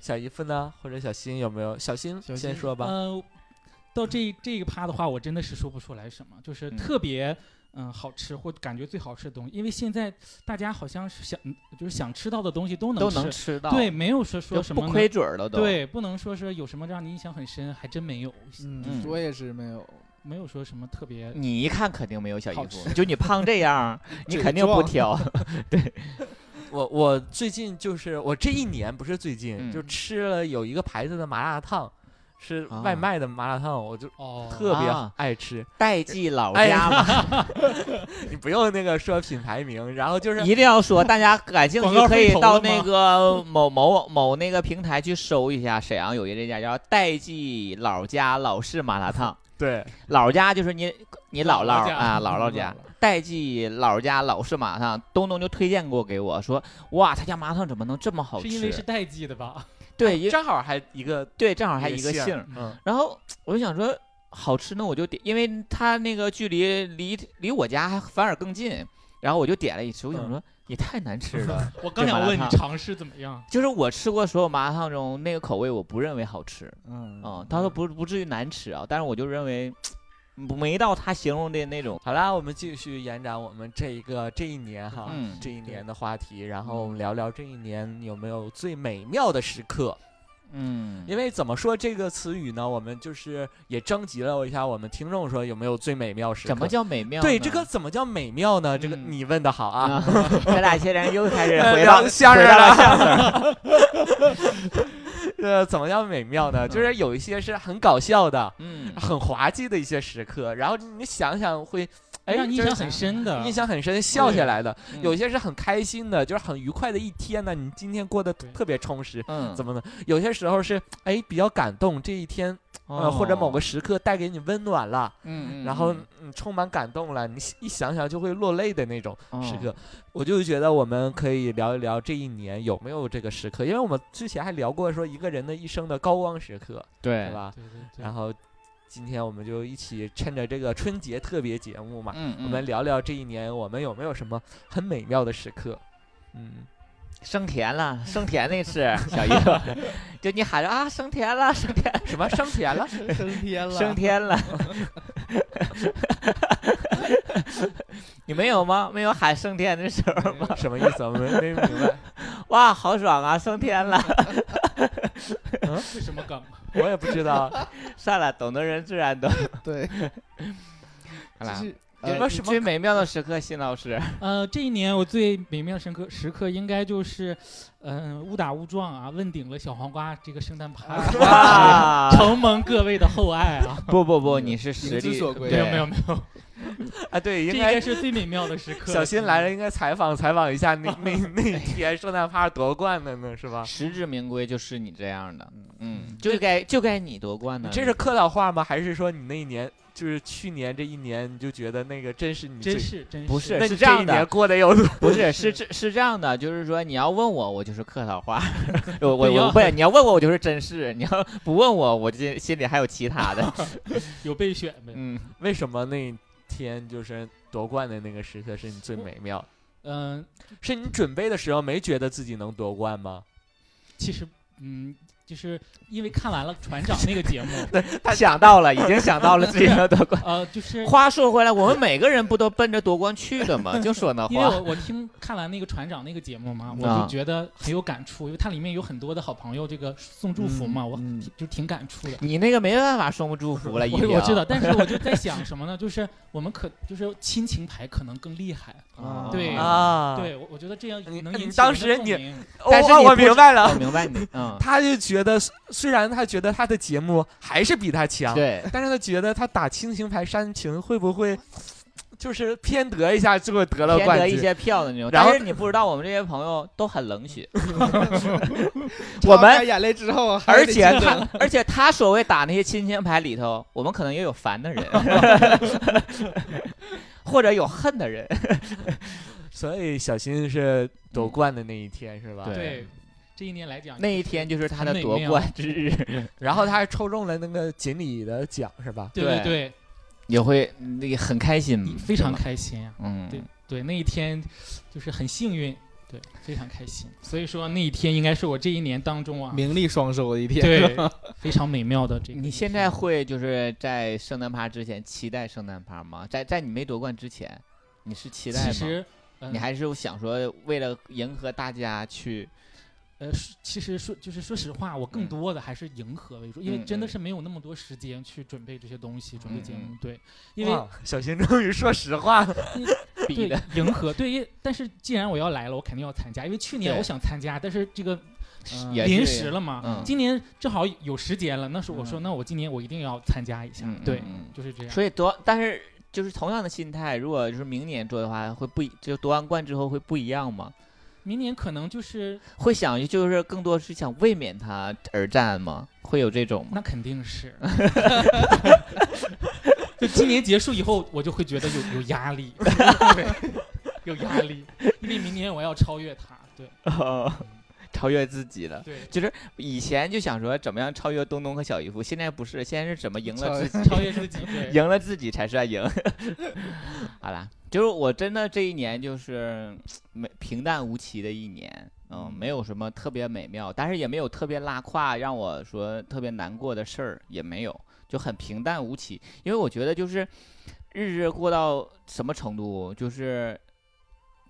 小姨夫呢，或者小新有没有？小新
小
先
新
说吧。
呃，到这这个趴的话，我真的是说不出来什么，就是
嗯
特别嗯、好吃或感觉最好吃的东西，因为现在大家好像是想就是想吃到的东西都能
[LAUGHS] 都
吃，
能吃到，
对，，没有说说
就
什么
不
能
亏，嘴儿了都。，
对，不能说是有什么让你印象很深，还真没有，
嗯
嗯，
我也是没有，
没有说什么特别。
嗯
你一看肯定没有小姨
好
夫，
吃
就你胖这样
[LAUGHS]
儿，你
嘴
肯定不
壮
挑。
我我最近就是我这一年不是最近，
嗯
就吃了有一个牌子的麻辣烫，是
啊
外卖的麻辣烫，我就
哦，
特别
啊
爱吃。
[LAUGHS] 代记老
哎
家嘛，
你不用那个说品牌名，然后就是
一定要说，大家感兴
广
趣
告
可
费
以
投
到
了
那
吗
个某某某那个平台去搜一下，沈阳有一这家叫代记老家老式麻辣
[LAUGHS]
烫，
对
老家就是你你姥姥
姥姥家
啊，姥姥家。代记老家老式麻辣烫，东东就推荐过给我说，哇，他家麻辣烫怎么能这么好
是因为
吃？
是哎代记的吧？
[LAUGHS]
对，因
正好还一个
对，正好还
一
一
个
个
姓
姓儿，
嗯
然后我就想说，好吃呢，我就点，因为它那个距离离离我家还反而更近，然后我就点了一次，我
嗯
想说、也太难吃了， [LAUGHS]
我刚想
麻辣
问你
烫
尝试怎么样？
就是我吃过所有麻辣烫中那个口味，我不认为好吃，
嗯
嗯，他说不不至于难吃啊，但是我就认为没到他形容的那种，
好啦，我们继续延展我们这一个这一年哈，
嗯
这一年的话题，然后我们聊聊这一年有没有最美妙的时刻。
嗯，
因为怎么说这个词语呢？我们就是也征集了一下我们听众说有没有最美妙时刻。
怎么叫美妙呢？
对这个怎么叫美妙呢？这个
嗯
你问的好啊。 [LAUGHS]
啊，咱俩现在又开始回到
聊相声
回到
了，
了相声，
[LAUGHS] 呃，怎么叫美妙呢？就是有一些是很搞笑的、
[LAUGHS] 嗯，
很滑稽的一些时刻，然后你想想会，哎，
让你印
就是
象很深啊的，
印象很深，笑下来的。
嗯
有些是很开心的，就是很愉快的一天呢。你今天过得
对
特别充实，
嗯
[LAUGHS] 怎么呢？有些时候是哎比较感动，这一天呃或者某个
哦
时刻带给你温暖了，
嗯，嗯
然后
嗯
嗯充满感动了，你一想想就会落泪的那种时
哦
刻。我就觉得我们可以聊一聊这一年有没有这个时刻，因为我们之前还聊过说一个人的一生的高光时刻，对
对，
吧？
对对对，
然后今天我们就一起趁着这个春节特别节目嘛，
嗯，
我们聊聊这一年我们有没有什么很美妙的时刻。嗯，
升田了，升田那 [LAUGHS] 次，小姨夫，就你喊着啊，升田了，升田，
什么升田了？
[LAUGHS] 升天了，
升天了， [LAUGHS] 你没有吗？没有喊升天的时候吗？
什么意思？我没没明白，
哇，好爽啊，升天了！ [LAUGHS]
是什么梗？ [LAUGHS]
我也不知道。
算了，懂的人自然懂。
对，
好
就
啦
是
就
呃
是你最美妙的时刻，辛老 [LAUGHS] 师，
呃，这一年我最美妙深刻时刻应该就是，嗯、误打误撞啊，问鼎了小黄瓜这个圣诞趴，
啊 [LAUGHS]
[LAUGHS] 哇
承蒙各位的厚爱啊。
不不不，你是实
影之
力，
所归
没有没有没有，
啊，对，
这
应
应
该
该是最美妙的时刻。
小新来了，应该采访采访一下那那那天圣诞趴夺冠的呢，是吧？
实至名归，就是你这样的，嗯，就该就该你夺冠呢。
这是客套话吗？还是说你那一年就是去年这一年你就觉得那个真是你
真
最？
是真
不
是
是
那你
这样
一
的
年过得有
[LAUGHS]
多？
不是，是这是这样的，就是说你要问我，我就是客套话，我我
对要
我不是，你要问我，我就是真事；你要不问我，我这心里还有其他的。
有备选呗。
嗯，
为什么那天就是夺冠的那个时刻是你最美妙？
嗯、
是你准备的时候没觉得自己能夺冠吗？
其实嗯，就是因为看完了船长那个节目，。
[LAUGHS] 他想到了，已经想到了自己要夺冠
[LAUGHS] 呃，就是
话说回来，我们每个人不都奔着夺冠去的吗？就说那
因为
话，
我我听看完那个船长那个节目嘛，我
啊
就觉得很有感触，因为它里面有很多的好朋友这个送祝福嘛，我
嗯
挺就挺感触的。
你那个没办法送祝福了，已
我
经。
我知道，但是我就在想什么呢？就是我们可就是亲情牌可能更厉害，
啊
对
[LAUGHS] 啊，
对，我我觉得这样
你
能
你
引起
当
人的
时
共
你
鸣
哦，
但是
我
你
我
不
明白了
我，明白你，嗯，
他就觉得虽虽然他觉得他的节目还是比他强，
对，
但是他觉得他打亲情牌煽情会不会就是偏得一下，结果 [LAUGHS] 得了
偏得
冠
一
军？
些票的那种。
然后
但是你不知道，我们这些朋友都很冷血， [LAUGHS]
擦
我们 [LAUGHS]
干眼泪之后，
[LAUGHS]
还
而
得
且
记得
他，而且他所谓打那些亲情牌里头，我们可能也有烦
[LAUGHS]
的人，或者有恨的人。
所以小新是夺冠的那一天是吧？
嗯对
对，这一年来讲，
那一天就是他的夺冠之
[LAUGHS]
日，
然后他还抽中了那个锦鲤的奖是吧？
对
对
对，
也会那个很开心
你，非常
是吧
开心啊。
嗯，
对对，那一天就是很幸运，对，非常开心。所以说那一天应该是我这一年当中啊，
[LAUGHS] 名利双收的一天，
对非常美妙的这个。
你现在会就是在圣诞趴之前期待圣诞趴吗？在在你没夺冠之前，你是期待
其
吗？
实，呃、
你还是想说为了迎合大家去，
呃，是其实说就是说实话，我更
嗯
多的还是迎合为主，因为
嗯
真的
嗯
是没有那么多时间去准备这些东西，准备节
嗯
目。
嗯
对，因为
哇小新终于说实话了，
逼
[LAUGHS] 对
的，
迎合对，因但是既然我要来了，我肯定要参加，因为去年
对
我想参加，但是这个是
也是
临时了嘛。
嗯
今年正好有时间了，那是我说，那我今年我一定要参加一下。
嗯，
对，
嗯嗯
就是这样。
所以夺，但是就是同样的心态，如果就是明年做的话，会不一就夺完冠之后会不一样吗？
明年可能就是
会想就是更多是想卫冕他而战吗？会有这种吗？
那肯定是， [LAUGHS] 就今年结束以后，我就会觉得有有压力，对，有压力，因为明年我要超越他。对
[LAUGHS] 超越自己了。
对，
以前就想说怎么样超越东东和小姨夫，现在不是，现在是怎么赢了自己？
超越自己，
[LAUGHS]
对，
赢了自己才算赢。 [LAUGHS] 好啦，就是我真的这一年就是没平淡无奇的一年，嗯，没有什么特别美妙，但是也没有特别拉胯让我说特别难过的事儿，也没有，就很平淡无奇。因为我觉得就是日子过到什么程度，就是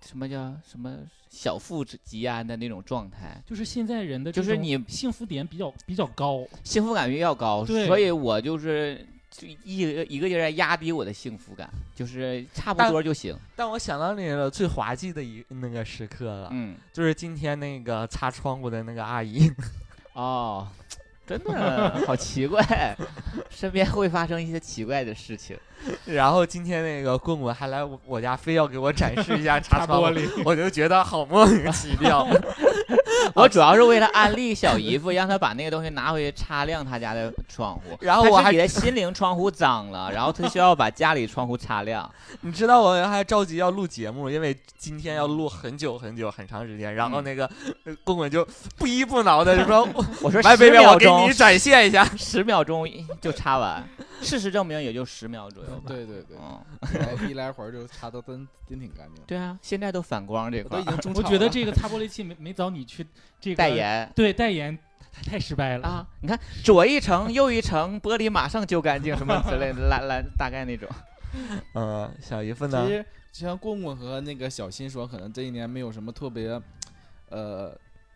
什么叫什么小富即安啊的那种状态，
就是现在人的
就是
这种
你
幸福点比较比较高，
幸福感比较高，
对
所以我就是。就一个一个劲儿在压低我的幸福感，就是差不
但
多就行。
[LAUGHS] 但我想到那个最滑稽的一那个时刻了，
嗯，
就是今天那个擦窗户的那个阿姨， [LAUGHS]
哦，真的好奇怪，身边会发生一些奇怪的
[LAUGHS]
事情。
然后今天那个棍棍还来我我家，非要给我展示一下擦
擦
窗
玻
户，
璃，
我就觉得好莫名其妙。
我主要是为了安利小姨夫，让他把那个东西拿回去擦亮他家的窗户。
[LAUGHS] 然后我
他是
还
你的心灵窗户脏了，然后他需要把家里窗户擦亮。
你知道我还着急要录节目，因为今天要录很久很久很长时间。然后那个呃棍棍就不依不挠的说
我
[LAUGHS]
说
来
十
贝贝，我
秒
给
钟
你，展现一下。
[LAUGHS] 十秒钟就擦完。事实证明，也就十秒左右 [LAUGHS] 吧。
对对对，
嗯，
来一来回儿就擦的真真挺干净，
对啊，现在都反光这
我都
块
已
儿
经中
我
场
觉得
了
这个擦玻璃器没没找你去这个
代，
[LAUGHS]
言。
对代言太太失败了
啊，你看左一层右一层，玻璃马上就干净，什么之类的，蓝蓝大概那
[LAUGHS]
种。
嗯，小姨夫呢
其？实就像棍棍和那个小新说，可能这一年没有什么特别，呃，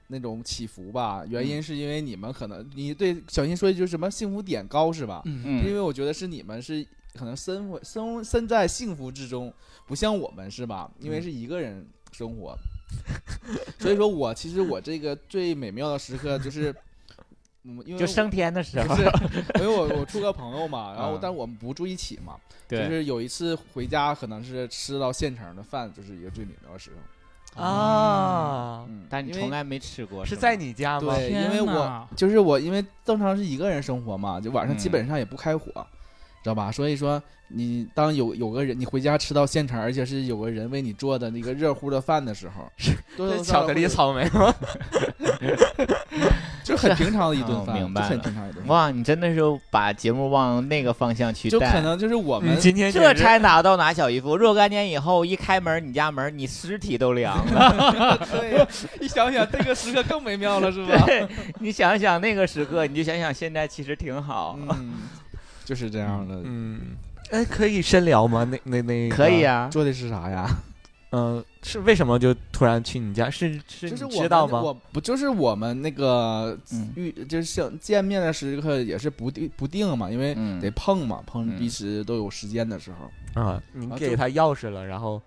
那种起伏吧。原因是因为你们可能你对小新说一句什么幸福点高是吧？
嗯
嗯，
因为我觉得是你们是可能身活身身在幸福之中，不像我们是吧？因为
嗯
是一个人生活， [LAUGHS] 所以说我其实我这个最美妙的时刻就是，嗯，因为
就
我
升天的时
不
候，
是，因为我我处个朋友嘛，然后
嗯
但是我们不住一起嘛，就
对
是有一次回家可能是吃到现成的饭，就是一个最美妙的时候。
啊，
嗯，
但你
因为
从来没吃过，
是
吗
在你家吗？
[LAUGHS]
对，因
天
为我
哪
就是我，因为正常是一个人生活嘛，就晚上基本上也不开火，知道吧？所以说你当有有个人你回家吃到现成，而且是有个人为你做的那个热乎的饭的时候，多多
这
少少
巧克力
会
草莓吗？
就很平常的一顿
哦
饭，
明白
就很
了
平常一顿饭，
哇，你真的是把节目往那个方向去
就可
带。
能就是
[LAUGHS]
我们
你今天简
这
直
才拿到拿小姨夫，若干年以后一开门，你家门你尸体都凉了。
[LAUGHS]
[LAUGHS]
对，一想想这个时刻更美妙了，是吧？
对，你想想那个时刻，你就想想现在其实挺好。
嗯，就是这样的。
嗯，哎，可以深聊吗？那那那
可以
啊。
啊，
做的是啥呀？
嗯、是为什么就突然去你家？是是
就是
你
我
知道
们
吗？
我不就是我们那个
嗯
遇，就是像见面的时刻也是不定不定嘛，因为
嗯
得碰嘛，碰
嗯
彼此都有时间的时候。
啊，你
啊
给
就
他钥匙了，然后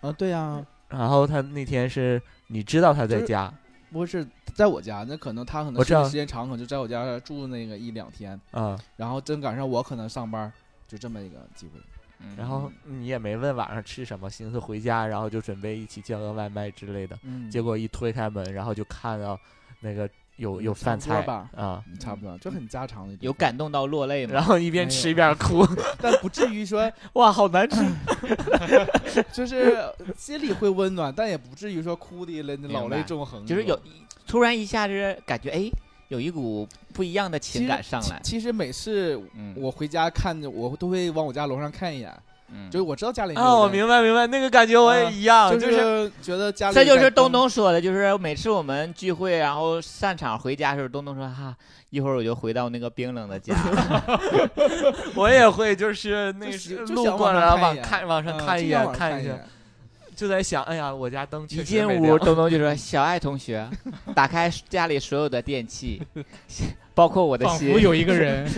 啊，对呀、
然后他那天是你知道他在
就是
家
不是在我家，那可能他可
我
能
知道
睡的时间长，可能就在我家住那个一两天，
啊，
然后真赶上我可能上班，就这么一个机会。
嗯
然后你也没问晚上吃什么，寻思回家，然后就准备一起叫个外卖之类的。
嗯
结果一推开门，然后就看到那个有有饭
差不多
菜
吧
啊，
嗯差不多就很家常的一种
有感动到落泪
然
吗？
后一边
没
吃
有
一边
[LAUGHS]
哭。
饭， [LAUGHS] 但不至于说
哇，好难吃。
就是心里会温暖，但也不至于说哭的了
明白
老泪纵横。
就是有突然一下子感觉，哎，有一股不一样的情感上来。
其实每次
嗯，
我回家看着，我都会往我家楼上看一眼，
嗯
就是我知道家里没有
啊，我
人
明白明白，那个感觉我也
啊
一样，
就是觉得家里
这就是
在
东东说的，就是每次我们聚会，然后散场回家的时候，东东说：“哈、一会儿我就回到那个冰冷的
[LAUGHS]
家。
[LAUGHS] 我也会，就是那
就喜
时
就
路
想
过
往上
了，往
看一眼
看往上
嗯
看一
就想
眼，
往上
看
看
一
一
眼。就在想，哎呀，我家灯确
一
实
进
没
屋，
亮
东东就说：“小爱同学， [LAUGHS] 打开家里所有的电器，包括我的
仿
心
佛，有一个人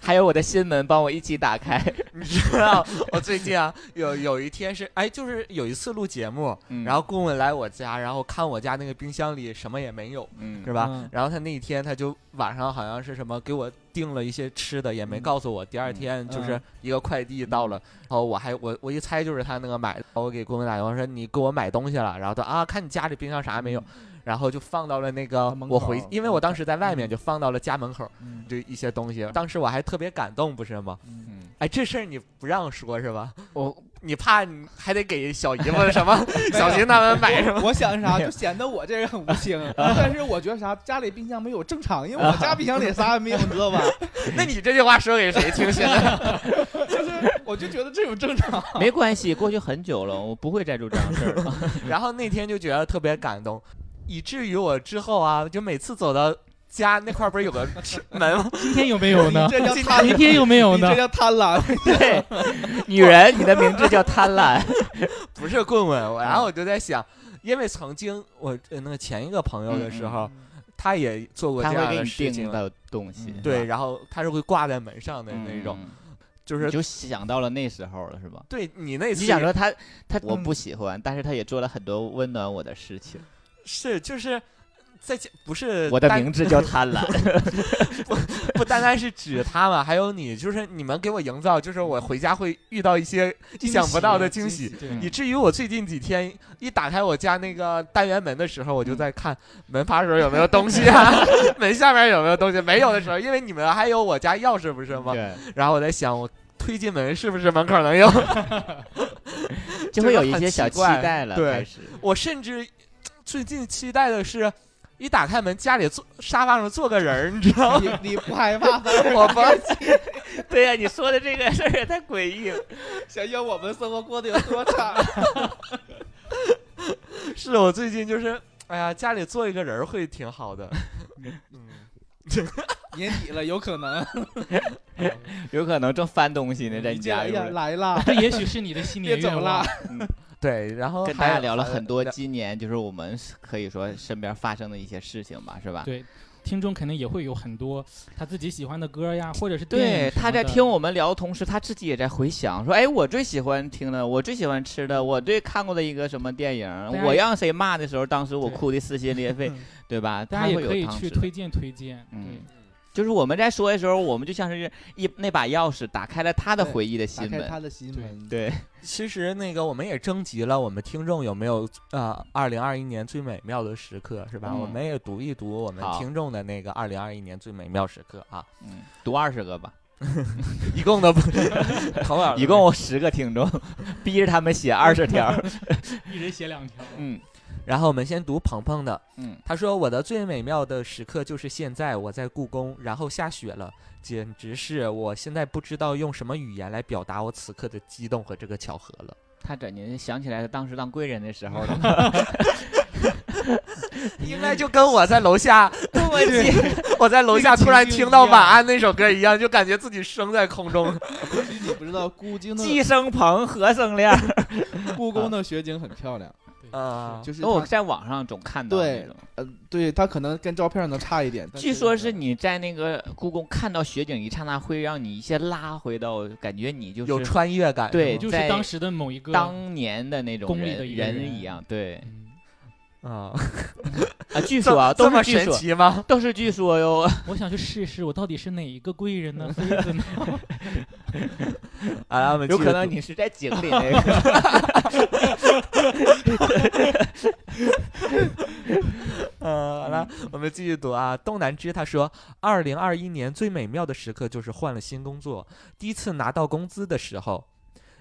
还有我的心门，帮我一起打开。
[LAUGHS] 你知道，我最近 [LAUGHS] 啊，有有一天是，哎，就是有一次录节目，
嗯”
[LAUGHS]
然后顾问来我家，然后看我家那个冰箱里什么也没有，
嗯
是吧？
嗯
然后他那一天他就晚上好像是什么给我订了一些吃的，
嗯
也没告诉我。第二天就是一个快递到了，然后我还我我一猜就是他那个买的，我给顾问打电话说你给我买东西了，然后他啊看你家里冰箱啥也没有，然后就放到了那个
嗯门口
我回，因为我当时在外面
嗯
就放到了家门口
嗯
这一些东西，当时我还特别感动，不是吗？
嗯
嗯，
哎，这事儿你不让说是吧？
我
你怕你还得给小姨夫什么 [LAUGHS] 小琴他们买什 [LAUGHS] 么？
我想啥就显得我这人很无情，但是我觉得啥家里冰箱没有正常，因为我家冰箱里啥也没有，你知道吧？
那你这句话说给谁听？现在
我就觉得这种正常。
没关系，过去很久了，我不会再做这样的事儿了。
然后那天就觉得特别感动，以至于我之后啊，就每次走到家那块儿不是有个门吗？
今天有没有呢？
[LAUGHS] 这叫贪，
明天有没有
你
呢
这？叫贪婪。
对， [LAUGHS] 女人，你的名字叫贪婪。
不是棍棍，我然后我就在想，因为曾经我呃那个前一个朋友的时候，他也做过
嗯他
这
会
样
给
的
你
事
订
情，
到东西，
嗯
对，然后他是会挂在门上的那种，
嗯，
就
你
是
就想到了那时候了，是吧？
对你那次也
你想说他他我
嗯
不喜欢，但是他也做了很多温暖我的事情。
是就是。在家不是
我的
单
名字叫贪 [LAUGHS] 婪，
不单单是指他们，还有你，就是你们给我营造，就是我回家会遇到一些意想不到的惊喜，
对
嗯
以至于我最近几天一打开我家那个单元门的时候，我就在看门把手有没有东西 [LAUGHS] 啊，门下面有没有东西，没有的时候，因为你们还有我家钥匙不是吗？
[LAUGHS] 对，
然后我在想，我推进门是不是门口能有？
就
这
会
个
有一
很
些
奇
小期
怪
待了，
对
开始。
[LAUGHS] 我甚至最近期待的是。一打开门，家里坐沙发上坐个人儿，你知道吗？
你你不害怕吗？
我不
[LAUGHS] 对呀、你说的这个事儿也太诡异了。
想想我们生活过得有多惨。
是我最近就是，哎呀，家里坐一个人儿会挺好的。嗯，
年底了，有可能
有可能正翻东西呢，在
你这
家
哎
里
呀
边。
来啦，
这也许是你的新年
别走
愿
啦
望。。
[LAUGHS] 对，然后
跟大
还
家
有
聊了很多
还有
今年就是我们可以说身边发生的一些事情吧，是吧？
对听众肯定也会有很多他自己喜欢的歌呀，或者是电影
对，
什么
他在
的
听我们聊的同时，他自己也在回想，说：“哎，我最喜欢听的，我最喜欢吃的，我最看过的一个什么电
大
影，
家
我
也
让谁骂的时候，当时我
对
哭的撕心裂肺，对吧？”
大
他
家也
会有
可以
当
去
时的
推荐推荐。
嗯就
对，
是我们在说的时候，我们就像是一那把钥匙打开了他的
对
回忆的
打
心
开
门，
他的心门。
对，
其实那个我们也征集了我们听众有没有呃二零二一年最美妙的时刻是吧？
嗯
我们也读一读我们
好
听众的那个二零二一年最美妙时刻
[LAUGHS]
啊，
嗯，读二十个吧，
一共的投稿的
一共十个听众，逼着他们写二十条，
一人写两条。
嗯
然后我们先读鹏鹏的，
嗯，
他说我的最美妙的时刻就是现在，我在故宫，然后下雪了，简直是我现在不知道用什么语言来表达我此刻的激动和这个巧合
[LAUGHS]
了。
他怎您想起来了当时当贵人的时候 [LAUGHS] 了吗？
应该就跟我在楼
[LAUGHS]
下，我在楼下突然听到《晚安》那首歌一样，就感觉自己升在空中。
[LAUGHS]
其实你不知道，故宫
既
的
生鹏，何生亮。
故宫的雪景很漂亮，
啊
就是
我
它
哦在网上总看到
对
那种，
呃，对它可能跟照片能差一点。但
据说是你在那个故宫看到雪景一刹那，会让你一下拉回到，感觉你就
有
是
穿越感。
对
是吗
就是
在
当时的某一个
当年的那种
宫里的
人
一个
人
人
一样。
[LAUGHS]
对
嗯
啊， [LAUGHS]
啊，据
这
说啊，
这
都
么
是据
神
说，
奇 [LAUGHS] 吗？
都是据说哟。
我想去试试，我到底是哪一个贵
[LAUGHS]
人呢？妃子呢？
啊，让我们
有
继续
可能
读
你是在井里那个。
呃，好了，我们继续读啊。东南枝他说，二零二一年最美妙的时刻就是换了新工作，第一次拿到工资的时候。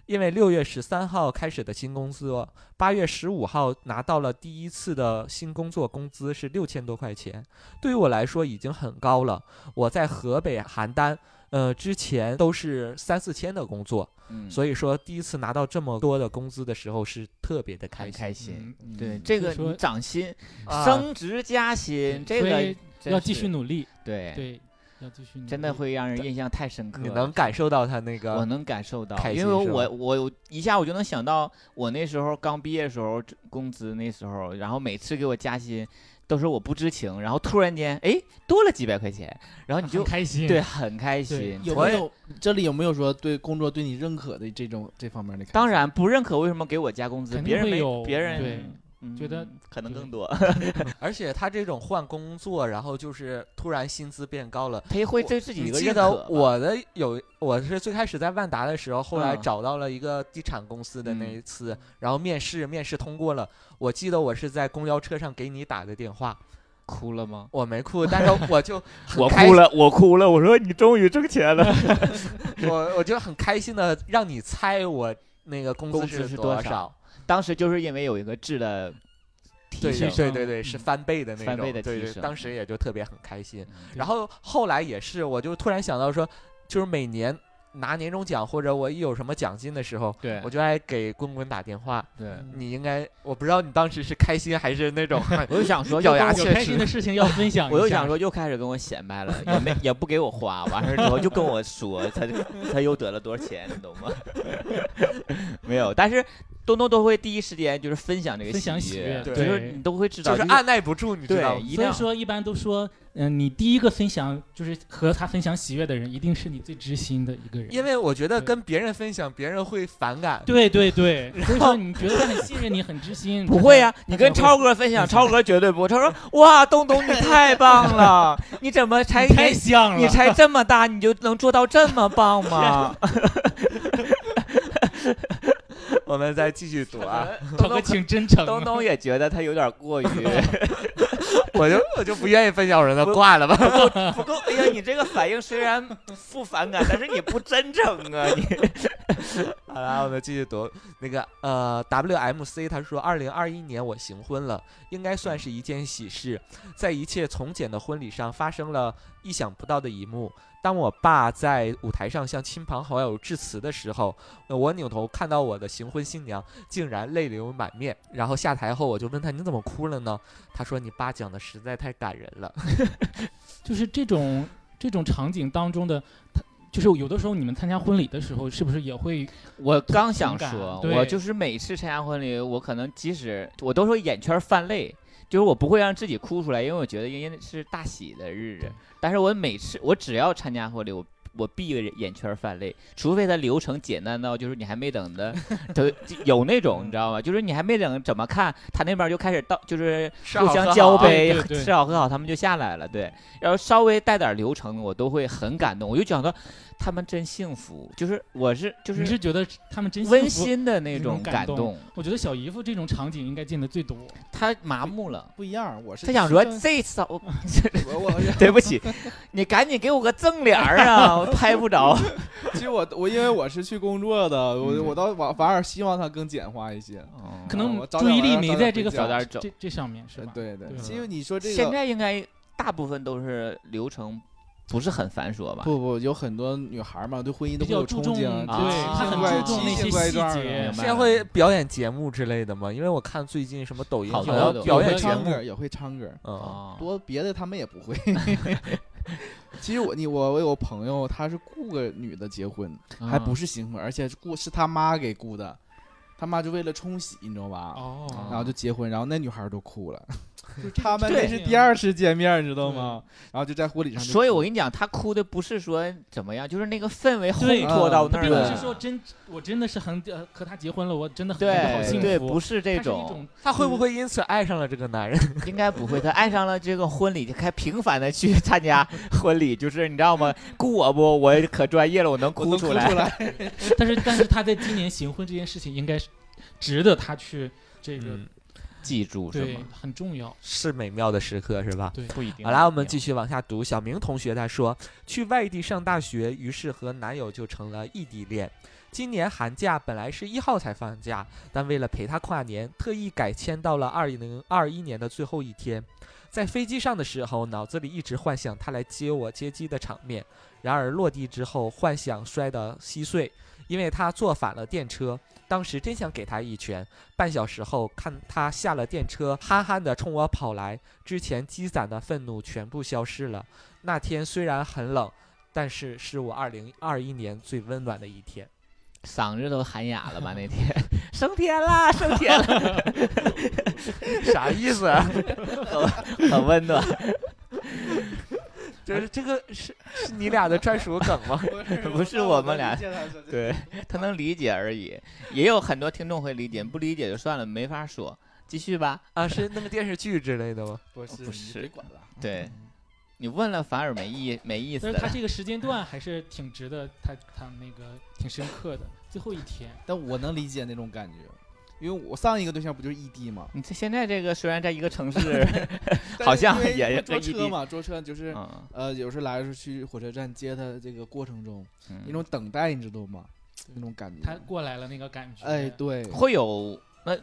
因为六月十三号开始的新工作，八月十五号拿到了第一次的新工作，工资是六千多块钱，对于我来说已经很高了。我在河北邯郸，呃，之前都是三四千的工作，
嗯
所以说第一次拿到这么多的工资的时候是特别的开
很
心。
开心，
嗯
对这个
就说
你涨薪、
啊
升职加薪，这
所
个
以要
真
继续
是
努力。
对。
对，嗯要继续努力，
真的会让人印象太深刻
你
了。
能感受到他那
嗯我
个
能感受到，
开
因
心
为
是吧
我我一下我就能想到我那时候刚毕业的时候工资那时候，然后每次给我加薪都是我不知情，然后突然间哎多了几百块钱，然后你
很
就
开心。
对很开
对
心。
有
我
没
也
有这里有没有说对工作对你认可的这种这方面的看法？
当然不认可，为什么给我加工资？
肯定
别人
会
没
有
别人
对
嗯
觉得
可能
对
更
[LAUGHS]
多，
而且他这种换工作，然后就是突然薪资变高了。
他也会
我
对自己一
你
个
记
认
得
可吧。
我的有，我是最开始在万达的时候，后来
嗯
找到了一个地产公司的那
嗯
一次，然后面试，面试通过了。我记得我是在公交车上给你打的电话，
哭了吗？
我没哭，但
[LAUGHS]
是我就很
我
开
哭了，我哭了。我说你终于挣钱了。
我我就很开心的让你猜我那个工
工
资
资是
多
多少当时就是因为有一个质的提
对
升，
对对对，是
嗯
翻倍的那种，
翻倍的
对
提嗯
对，
升
当时也就特别很开心。
对
然后后来也是，我就突然想到说，就是每年拿年终奖或者我一有什么奖金的时候，
对嗯
我就爱给棍棍打电话。
对
嗯
你应该，我不知道你当时是开心还是
[LAUGHS]
那种很
我就想说，
咬牙
又
切
跟
确
我
有开心
实
的事情要分享
[LAUGHS]
一下。
我又想说，又开始跟我显摆
[LAUGHS]
了，也没也不给我花，完事儿之后就跟我说他他又得了多少钱，你懂
[LAUGHS]
吗？没有，但是东东都会第一时间就是分享这个
分享喜
悦，
悦
就是
对
你都会知道，
就是按耐不住，你知道
对，
吗？
一定
所以
要
说，一般都说，嗯、你第一个分享就是和他分享喜悦的人，一定是你最知心的一个人。
因为我觉得
对
跟别人分享，别人会反
[LAUGHS]
感。
对对对，所以说你觉得他很信任你，很知
[LAUGHS]
心。
不
啊
会呀、啊你跟
他才
超哥分享，超哥绝对不会。超哥说， [LAUGHS] 哇，东东你太棒
[LAUGHS]
了，你怎么才
会太像
你
了，
才这么大，你就能做到这么棒
[LAUGHS]
吗？
我们再继续读
[LAUGHS]
啊，
超哥请真诚
东
啊。
东也觉得他有点过
[LAUGHS]
于 [LAUGHS]
我就我就不愿意分享，我让他
不
挂了吧。
不够。哎呀，你这个反应虽然不反感，但是你不真诚啊！你
好了，我们继续读那个呃，WMC 他说，二零二一年我行婚了，应该算是一件喜事。在一切从简的婚礼上，发生了意想不到的一幕。当我爸在舞台上向亲朋好友致辞的时候，呃我扭头看到我的行婚新娘竟然泪流满面。然后下台后，我就问他：“你怎么哭了呢？”他说：“你爸讲的实在太感人了。
就是这种这种场景当中的，他就是有的时候你们参加婚礼的时候，是不是也会
[LAUGHS] 我刚想
同
说
感，对
我就是每次参加婚礼，我可能即使我都说眼圈泛泪，就是我不会让自己哭出来，因为我觉得因为是大喜的日子
对。
但是我每次我只要参加婚礼，我我必眼圈泛泪，除非它流程简单到就是你还没等的， [LAUGHS] 都有那种你知道吗？就是你还没等怎么看，他那边就开始到就是
吃
互
好喝
相
好啊
交
对
杯
哎对，对
吃好喝好，他们就下来了。对，要是稍微带点流程，我都会很感动。我就觉得他们真幸福，就是我是就
你
是
是觉得他们真
温
幸福？
馨的那
那种
种
感
感
动
动。
我觉得小姨夫这种场景应该见的最多。
哦
他麻木了，
不一样，我是
他想说
真
这
[LAUGHS]
次我
我我
[LAUGHS] 对不起，你赶紧给我个正脸儿啊，我拍不
[LAUGHS]
着。
其实我我因为我是去工作的，我
嗯
我倒反反而希望他更简化一些。
可
啊
能
我早
注
点
意
晚上
力没
早
在
点
这
回
个
家
早点走
这这上面是吧？
呃对对，
对啊
其实你说这
现
个
在应该大部分都是流程不是很繁琐
啊
吧？
不不，有很多女孩嘛，对婚姻都
比
会
较
有
注
憧
重，
憬
对，
啊，
啊
他
奇
很
怪
注重那
奇
些
怪
细
状
节
明。”白
现在会表演节目之类的吗？因为我看最近什么抖音
好
好
多
像
都
表
也
演
会
节
唱
目
歌，，也会唱歌，
嗯，
哦
啊，
多别的他们也不
[LAUGHS]
会。其实我你我我有个朋友，他是雇个女的结婚，
啊
还不
是
是新婚，而且是雇是他妈给雇的，他妈就为了冲喜，你知道吧？
哦，
然后就结婚，然后那女孩都哭了，
就这
他们
这
那
个
是
场
第
景
二次见面，你知道吗？然后就在婚礼上就哭，
所以我跟你讲，他哭的不是说怎么样，就是那个氛围烘
对
托到那
他
儿
并
了。
不是说真，我真的是很呃和他结婚了，我真的很感觉好
对
幸
对，
福。
不是这
它是一
种，
种，
他会不会因此爱上了这个男人？
应该不会。他爱上了这个婚礼，就开频繁的去参加婚礼，就是你知道吗？雇我不，我可专业了，我能
我能
哭
哭
出来。 [LAUGHS]
来，
但是但是他在今年行婚这件事情，应该是值得他去这个、
嗯，
记住是
对
吗？
很重要。
是美妙的时刻，是吧？
不一定。
好啦，我们继续往下读。小明同学他说，去外地上大学，于是和男友就成了异地恋。今年寒假本来是一号才放假，但为了陪他跨年，特意改签到了二零二一年的最后一天。在飞机上的时候，脑子里一直幻想他来接我接机的场面，然而落地之后，幻想摔得稀碎，因为他坐反了电车。当时真想给他一拳，半小时后看他下了电车，憨憨地冲我跑来，之前积攒的愤怒全部消失了。那天虽然很冷，但是是我二零二一年最温暖的一天。
嗓子都喊哑了吧？那天升天啦，升天啦， [LAUGHS]
啥意思、啊？
很温暖。
就是这个是哎是你俩的专属梗吗？
不是我们俩
我能理解他说这
对他能理解而已，也有很多听众会理解，不理解就算了，没法说。继续吧。
[LAUGHS] 啊，是那个电视剧之类的吗？
不是
不
你
是
别管了，
对，你问了反而没意没意思
但是他
了。
这个时间段还是挺值得，他他那个挺深刻的。最后一天，
但我能理解那种感觉，因为我上一个对象不就是 ED 嘛，
你这现在这个虽然在一个城市，
但是
好像
因为
也
坐
在
车
ED
嘛，坐车就
[LAUGHS]
是。
嗯，
呃，有时候来的时候去火车站接他，这个过程中
嗯
那种等待，你知道吗？那种感
他
觉，
过来了那个感觉，
哎，对，
会有那，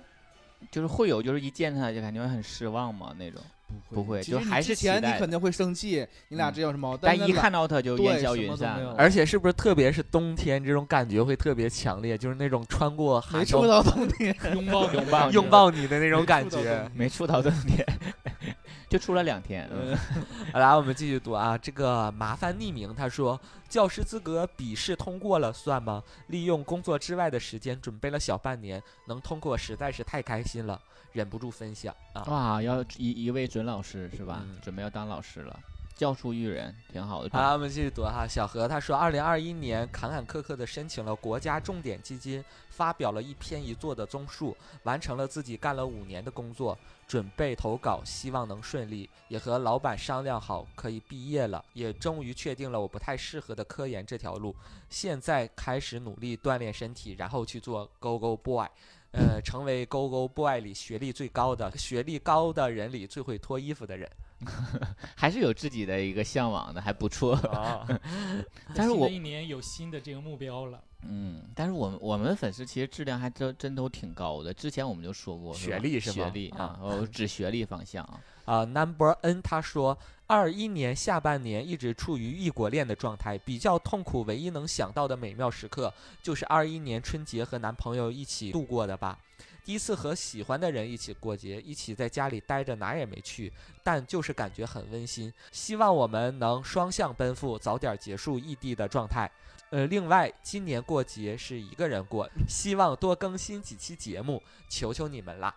就是会有，就是一见他就感觉很失望嘛那种。不会
其
就
实
还
你
是
之
期
前
待
你
的
肯定会生气，你俩
嗯
这有什么矛盾？
但一看到他就
对
烟消
什么
云
都
散
没有
了。
[LAUGHS] 而且是不是特别是冬天这种感觉会特别强烈？就是那种穿过寒
[LAUGHS]
没触
冬
到冬天，
拥抱
拥抱你
拥抱你的那种
没
感
触到
觉
冬。
没触到重点， [LAUGHS] 就出了两天。嗯
好 [LAUGHS] 来，我们继续读啊，这个麻烦匿名他说，教师资格笔试通过了算吗？利用工作之外的时间准备了小半年，能通过实在是太开心了，忍不住分享啊。
哇，要一一位准老师是吧？
嗯
准备要当老师了，教书育人，挺好的。
好了，我们继续读哈。小何他说，二零二一年坎坎坷坷的申请了国家重点基金，发表了一篇一作的综述，完成了自己干了五年的工作，准备投稿，希望能顺利，也和老板商量好可以毕业了，也终于确定了我不太适合的科研这条路，现在开始努力锻炼身体，然后去做 Go Go Boy。呃，成为 Go Go Boy 里学历最高的、学历高的人里最会脱衣服的人。 [LAUGHS]
还是有自己的一个向往的，还不 [LAUGHS] 错。
啊，
但是
新
我
的一年有新的这个目标了，
嗯，但是我们我们的粉丝其实质量还真真都挺高的。之前我们就说过，是
学
吧
历是
学
吗
历
啊
啊，我指学历方向啊。
啊、n u m b e r N 他说，二一年下半年一直处于异国恋的状态，比较痛苦。唯一能想到的美妙时刻，就是二一年春节和男朋友一起度过的吧。第一次和喜欢的人一起过节，一起在家里待着，哪也没去，但就是感觉很温馨。希望我们能双向奔赴，早点结束异地的状态。呃，另外，今年过节是一个人过，希望多更新几期节目，求求你们啦！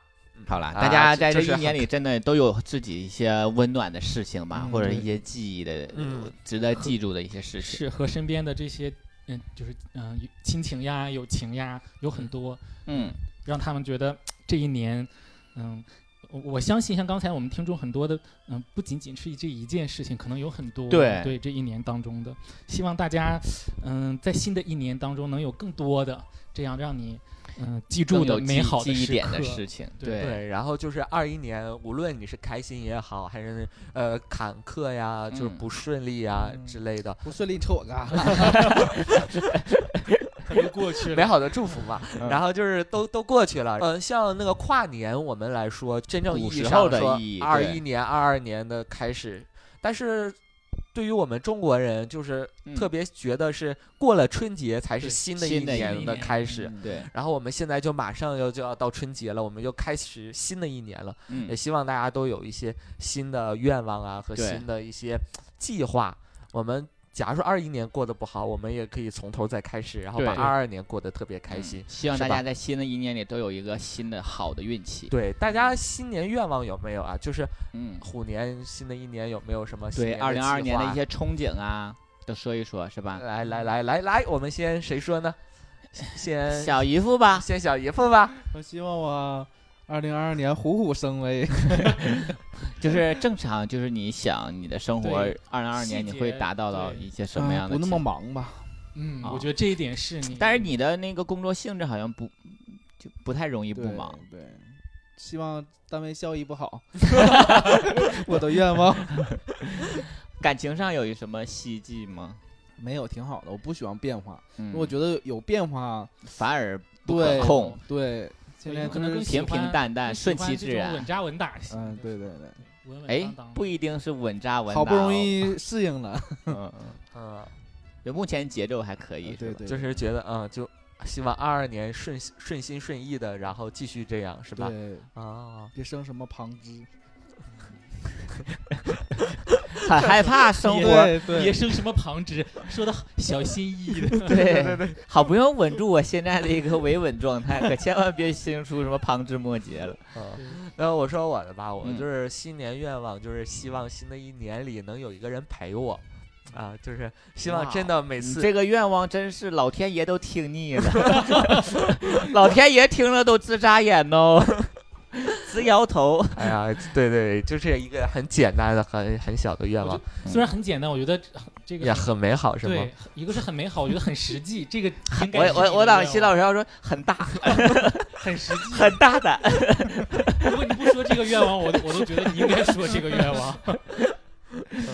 好啦，
啊
大家
这
在
这
这
是
一年
很
里真的都有自己一些温暖的事情吧，
嗯
或者
对
一些记忆的、
嗯
值得记住的一些事情。
是和身边的这些嗯，就是嗯、亲情呀、友情呀，有很多
嗯，
让他们觉得这一年，嗯。我我相信，像刚才我们听众很多的，嗯，不仅仅是这一件事情，可能有很多
对
对这一年当中的，希望大家，嗯，在新的一年当中能有更多的这样让你，嗯，记
更
住
有
的美
记
好
记忆
时
点的
刻
事情，
对
对，然后就是二一年，无论你是开心也好，还是呃坎坷呀，就是
嗯
不顺利呀、
嗯
之类的，
不顺利，你瞅
[LAUGHS]
我干啥？
就过去了
美。好的祝福嘛。[LAUGHS]
嗯
然后就是都都过去了。嗯、像那个跨年，我们来说，真正意
古
义
时
上
候的
说
意义，
二
对
一年、二二年的开始，但是。对于我们中国人，就是
嗯
特别觉得是过了春节才是新的一
新的一
年的
年
开始，
嗯
对，
然后我们现在就马上要就要到春节了，我们就开始新的一年了。
嗯
也希望大家都有一些新的愿望啊和
对
新的一些计划。我们假如说二一年过得不好，我们也可以从头再开始，然后
对
把二二年过得特别开心
嗯。希望
是
大
吧
家在新的一年里都有一个新的好的运气。
对，大家新年愿望有没有啊？就是
嗯，
虎年新的一年有没有什么新
对，
年
二零二二年的一
计
些憧憬啊，都说一说，是
划
吧？
来来来来来，我们先谁说呢？
[LAUGHS]
先
小啊姨夫吧，
先小姨夫吧。
我希望我二零二二年虎虎生威，
就是正常，就是你想你的生活
对，
二零二年
细
你
节
会达到到
对
一些什么样的
啊不那
情
么
况？
忙吧？
嗯，
啊
我觉得这一点是你，
但是你的那个工作性质好像不就不太容易不
对
忙。，
对，希望单位效益不 [LAUGHS] 好，我的愿望
感情上有一什么希冀吗？
没有，挺好的。我不喜欢变化，
嗯，
我觉得有变化，
反而不
对
可控，
对，现在
可
就
能
是
更喜
平
欢
平淡淡，
更喜
顺
欢
其
这
自
种
然
稳。扎稳打型的，
嗯，对对对，
稳稳
哎
当当，的。
不一定是稳扎稳打哦，
好不容易适
[LAUGHS]
应了，
嗯，嗯
嗯，
就目前节奏还可以，
啊对
是吧
对，
就是觉得嗯，就希望二二年顺顺心顺意的，然后继续这样是吧？哦
对，
啊，
别生什么旁枝，
很害怕生活，
对对
别生什么旁枝，说的小心翼翼
[LAUGHS]
的。
对对，好不容易稳住我现在的一个维稳状态，可千万别生出什么旁枝末节了。
[LAUGHS] 嗯，然后我说我的吧，我
嗯
就是新年愿望，就是希望新的一年里能有一个人陪我，啊，就是希望真的每
你
次
这个愿望真是老天爷都听腻了， [LAUGHS] 老天爷听了都直眨眼
[LAUGHS]
哦，直摇头。
哎呀，对对，就是一个很简单的、很很小的愿望，
虽然很简单，我觉得这
也
个
很美好，是吗
对？，一个是很美好，我觉得很实际。这个应该
我
是
我我当时心
老
老师要说很大
[LAUGHS] 很实
[LAUGHS]
际。
很大胆，
如果你不说这个愿望，我都我都觉得你应该说这个愿
[LAUGHS]
望。
嗯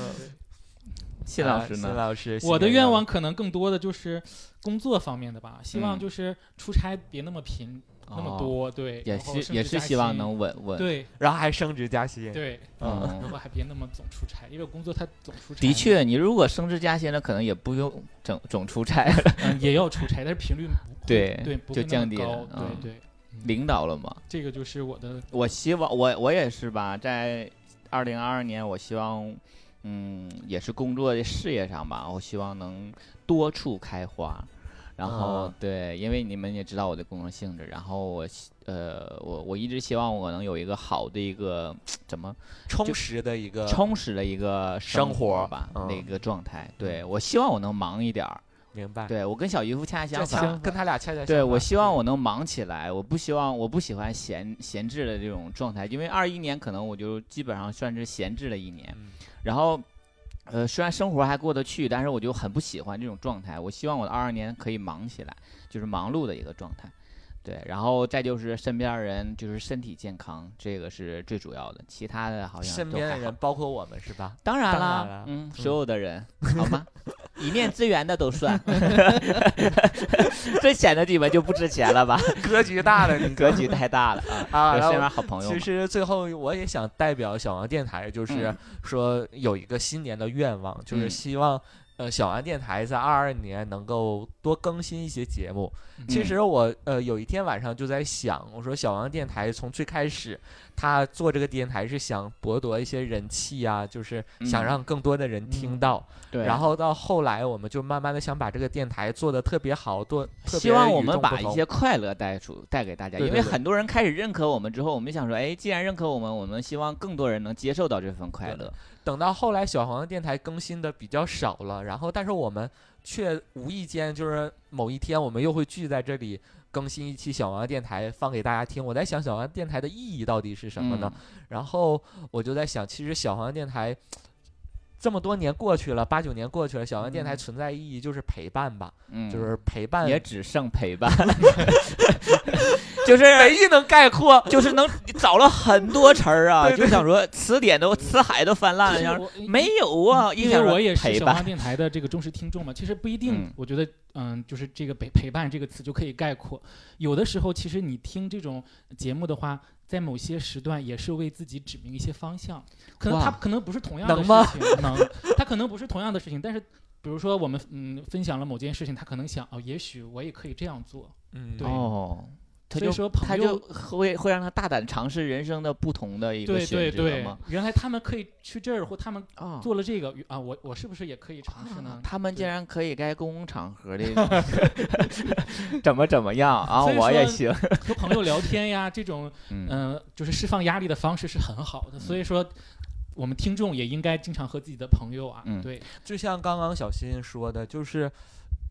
信老师
啊
呢
辛？老师，
我的
新年
愿望可能更多的就是工作方面的吧，希望
嗯哦
就是出差别那么频、那么多，对，
也
然后
是
升
也
职
是
加
希望
薪
能稳稳。
对
然后还升职加薪，
对，
嗯，
然后还别那么总出差，因为我工作他总出差，
的，确，你如果升职加薪了，可能也不用整总出差， [LAUGHS]
嗯，也要出差，但是频率不会
对
对不
就
会那么
降低
高
了嗯
对对，
领导了嘛。
这个就是我的
我希望我我也是吧，在二零二二年，我希望，嗯，也是工作的事业上吧，我希望能多处开花。然后、
啊
对，因为你们也知道我的工作性质，然后我希呃，我我一直希望我能有一个好的一个怎么
充实的一个
充实的一个
呃生活
活吧，
嗯
那一个状态。对我希望我能忙一点儿，
明白。
对我跟小姨夫恰恰
哎这
相
恰
反，
跟他俩恰恰相
对，
反
我希望我能忙起来，我不希望我不喜欢闲闲置的这种状态，因为二一年可能我就基本上算是闲置了一年，
嗯
然后，呃，虽然生活还过得去，但是我就很不喜欢这种状态。我希望我的二二年可以忙起来，就是忙碌的一个状态。对，然后再就是身边的人就是身体健康，这个是最主要的，其他的好像
身
都
边
还
的
好
人，包括我们是吧？ [LAUGHS]
当然
当
啦，
然啦
嗯，所有的人，好吗？一面之缘的
[LAUGHS]
都算， [LAUGHS] 这显得你们就不值钱了吧？
格局大的 [LAUGHS] 你
格局太大了啊！
啊，
有
然
身
后
边好朋友嘛
其，实最后我也想代表小王电台，就是
嗯
说有一个新年的愿望，就是
嗯
希望呃小王电台在二二年能够多更新一些节目。其
嗯
实我呃有一天晚上就在想，我说小王电台从最开始他做这个电台是想博得一些人气啊，就是想
嗯
让更多的人听
嗯
到。
对，
然后到后来，我们就慢慢的想把这个电台做的特别好，做特别
希望
与
我们
众不
把一
同
些快乐带出带给大家，
对
因
对
为
对
很多人开始认可我们之后，我们想说，哎，既然认可我们，我们希望更多人能接受到这份快
对
乐。
等到后来小黄的电台更新的比较少了，然后但是我们却无意间就是某一天我们又会聚在这里更新一期小黄的电台放给大家听。我在想小黄电台的意义到底是什么
嗯
呢？然后我就在想，其实小黄电台。这么多年过去了，八九年过去了，小黄电台存在意义就是陪伴吧，
嗯嗯？嗯，
就是陪伴，
也只剩陪
[LAUGHS]
伴， [LAUGHS] 就是
唯一能概括。
就是能找了很多词儿啊，
对对
就想说词典都词海都翻烂了，想说
我
没有啊，一
嗯因
想
为
说
我也是
陪
小
伴
花，电台的这个忠实听众嘛，其实不一定
嗯，
我觉得，嗯，就是这个陪陪伴这个词就可以概括。有的时候，其实你听这种节目的话，在某些时段也是为自己指明一些方向。可能
哇
它可能不是同样的
能
事
吗
情，能，它可能不是同样的事情，但是比如说我们嗯分享了某件事情，他可能想哦，也许我也可以这样做。
嗯，
对
哦。他
所以
就
说
他
朋
就
友
会会让他大胆尝试人生的不同的一个
对
选
对
择
对
吗？，
原来他们可以去这儿，或他们
啊，
做了这个啊，我我是不是也可以尝试呢？
他们竟
对
然可以该公共场合
[LAUGHS]
的怎么怎么样啊？
所以
我也
说 [LAUGHS]
行，
和朋友聊天呀，这种
嗯，
嗯，就是释放压力的方式是很好
嗯
的，所以说我们听众也应该经常和自己的朋友啊，
嗯
对，
就像刚刚小新说的，就是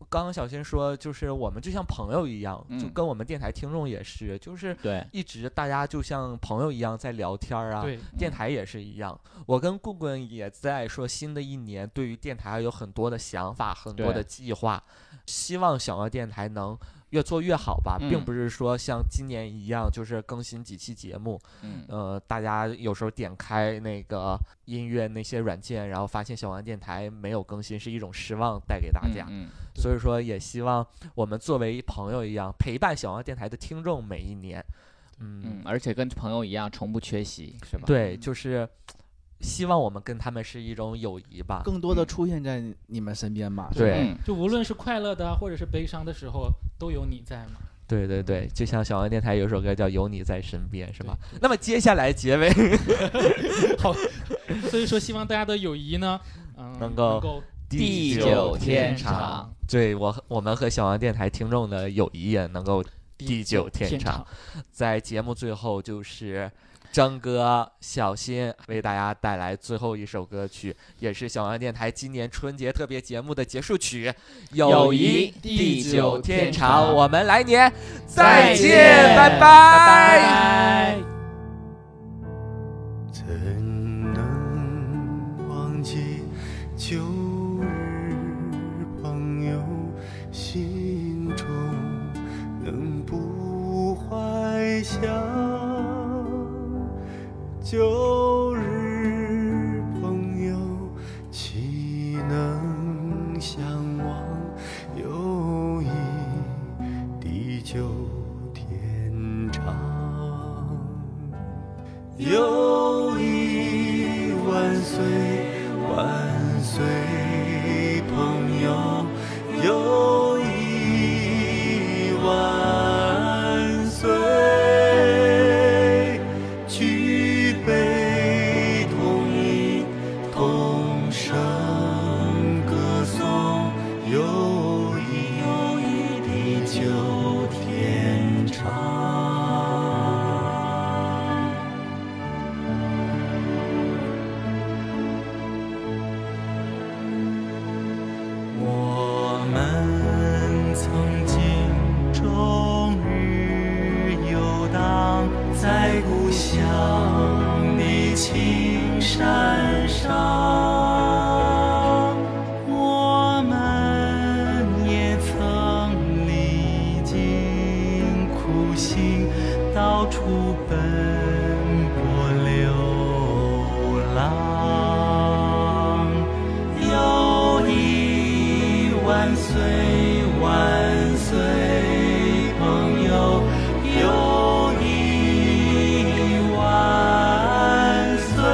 刚刚小新说，就是我们就像朋友一样，就
嗯
跟我们电台听众也是，就是
对，
一直大家就像朋友一样在聊天儿啊。
对，
电台也是一样，我跟棍棍也在说，新的一年对于电台有很多的想法，很多
对
的计划，希望小鹅电台能越做越好吧，并
嗯
不是说像今年一样，就是更新几期节目，
嗯，
呃，大家有时候点开那个音乐那些软件，然后发现小王电台没有更新，是一种失望带给大家。
嗯，
所以说，也希望我们作为朋友一样，陪伴小王电台的听众每一年。
嗯
嗯
嗯，，而且跟朋友一样，从不缺席，是吧？
对，就是希望我们跟他们是一种友谊吧。
[LAUGHS] 更多的出现在你们身边吧。
对
嗯，
就无论是快乐的啊或者是悲伤的时候，都有你在
[LAUGHS]
嘛，
对对对，就像小王电台有一首歌叫《有你在身边》，是吧？那么接下来结尾，
好所以说，希望大家的友谊呢，嗯，
能够
够
地
地
久
久
天
天
长
长。
对我和，我们和小王电台听众的友谊也能够地久天
天
长。。在节目最后，就是张哥、小新为大家带来最后一首歌曲，也是小王电台今年春节特别节目的结束曲《友
友
谊
谊
地
地
久
久
天
天
长》。
长
我们来年再
再
见，
见
拜
拜拜
怎能忘记旧日朋友？心中能不怀想？旧日朋友岂能相忘？友谊地久天长。友谊万岁，万岁，朋友，友谊万岁。举杯同饮，同声歌颂友谊，友谊地久天长。我们曾经终日游荡在故乡的青山上，我们也曾历尽苦辛，到处奔波流浪。友谊万岁万岁，朋友，友谊万岁，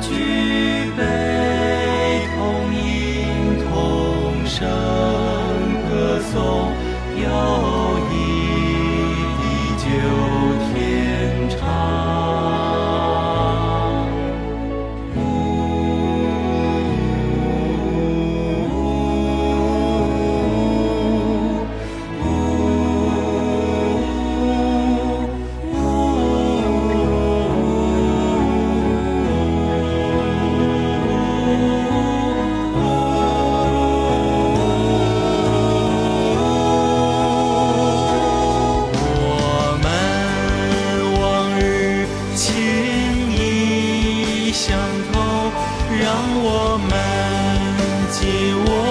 举杯同饮同声歌颂友谊地久天长。我们往日情谊相投，让我们紧握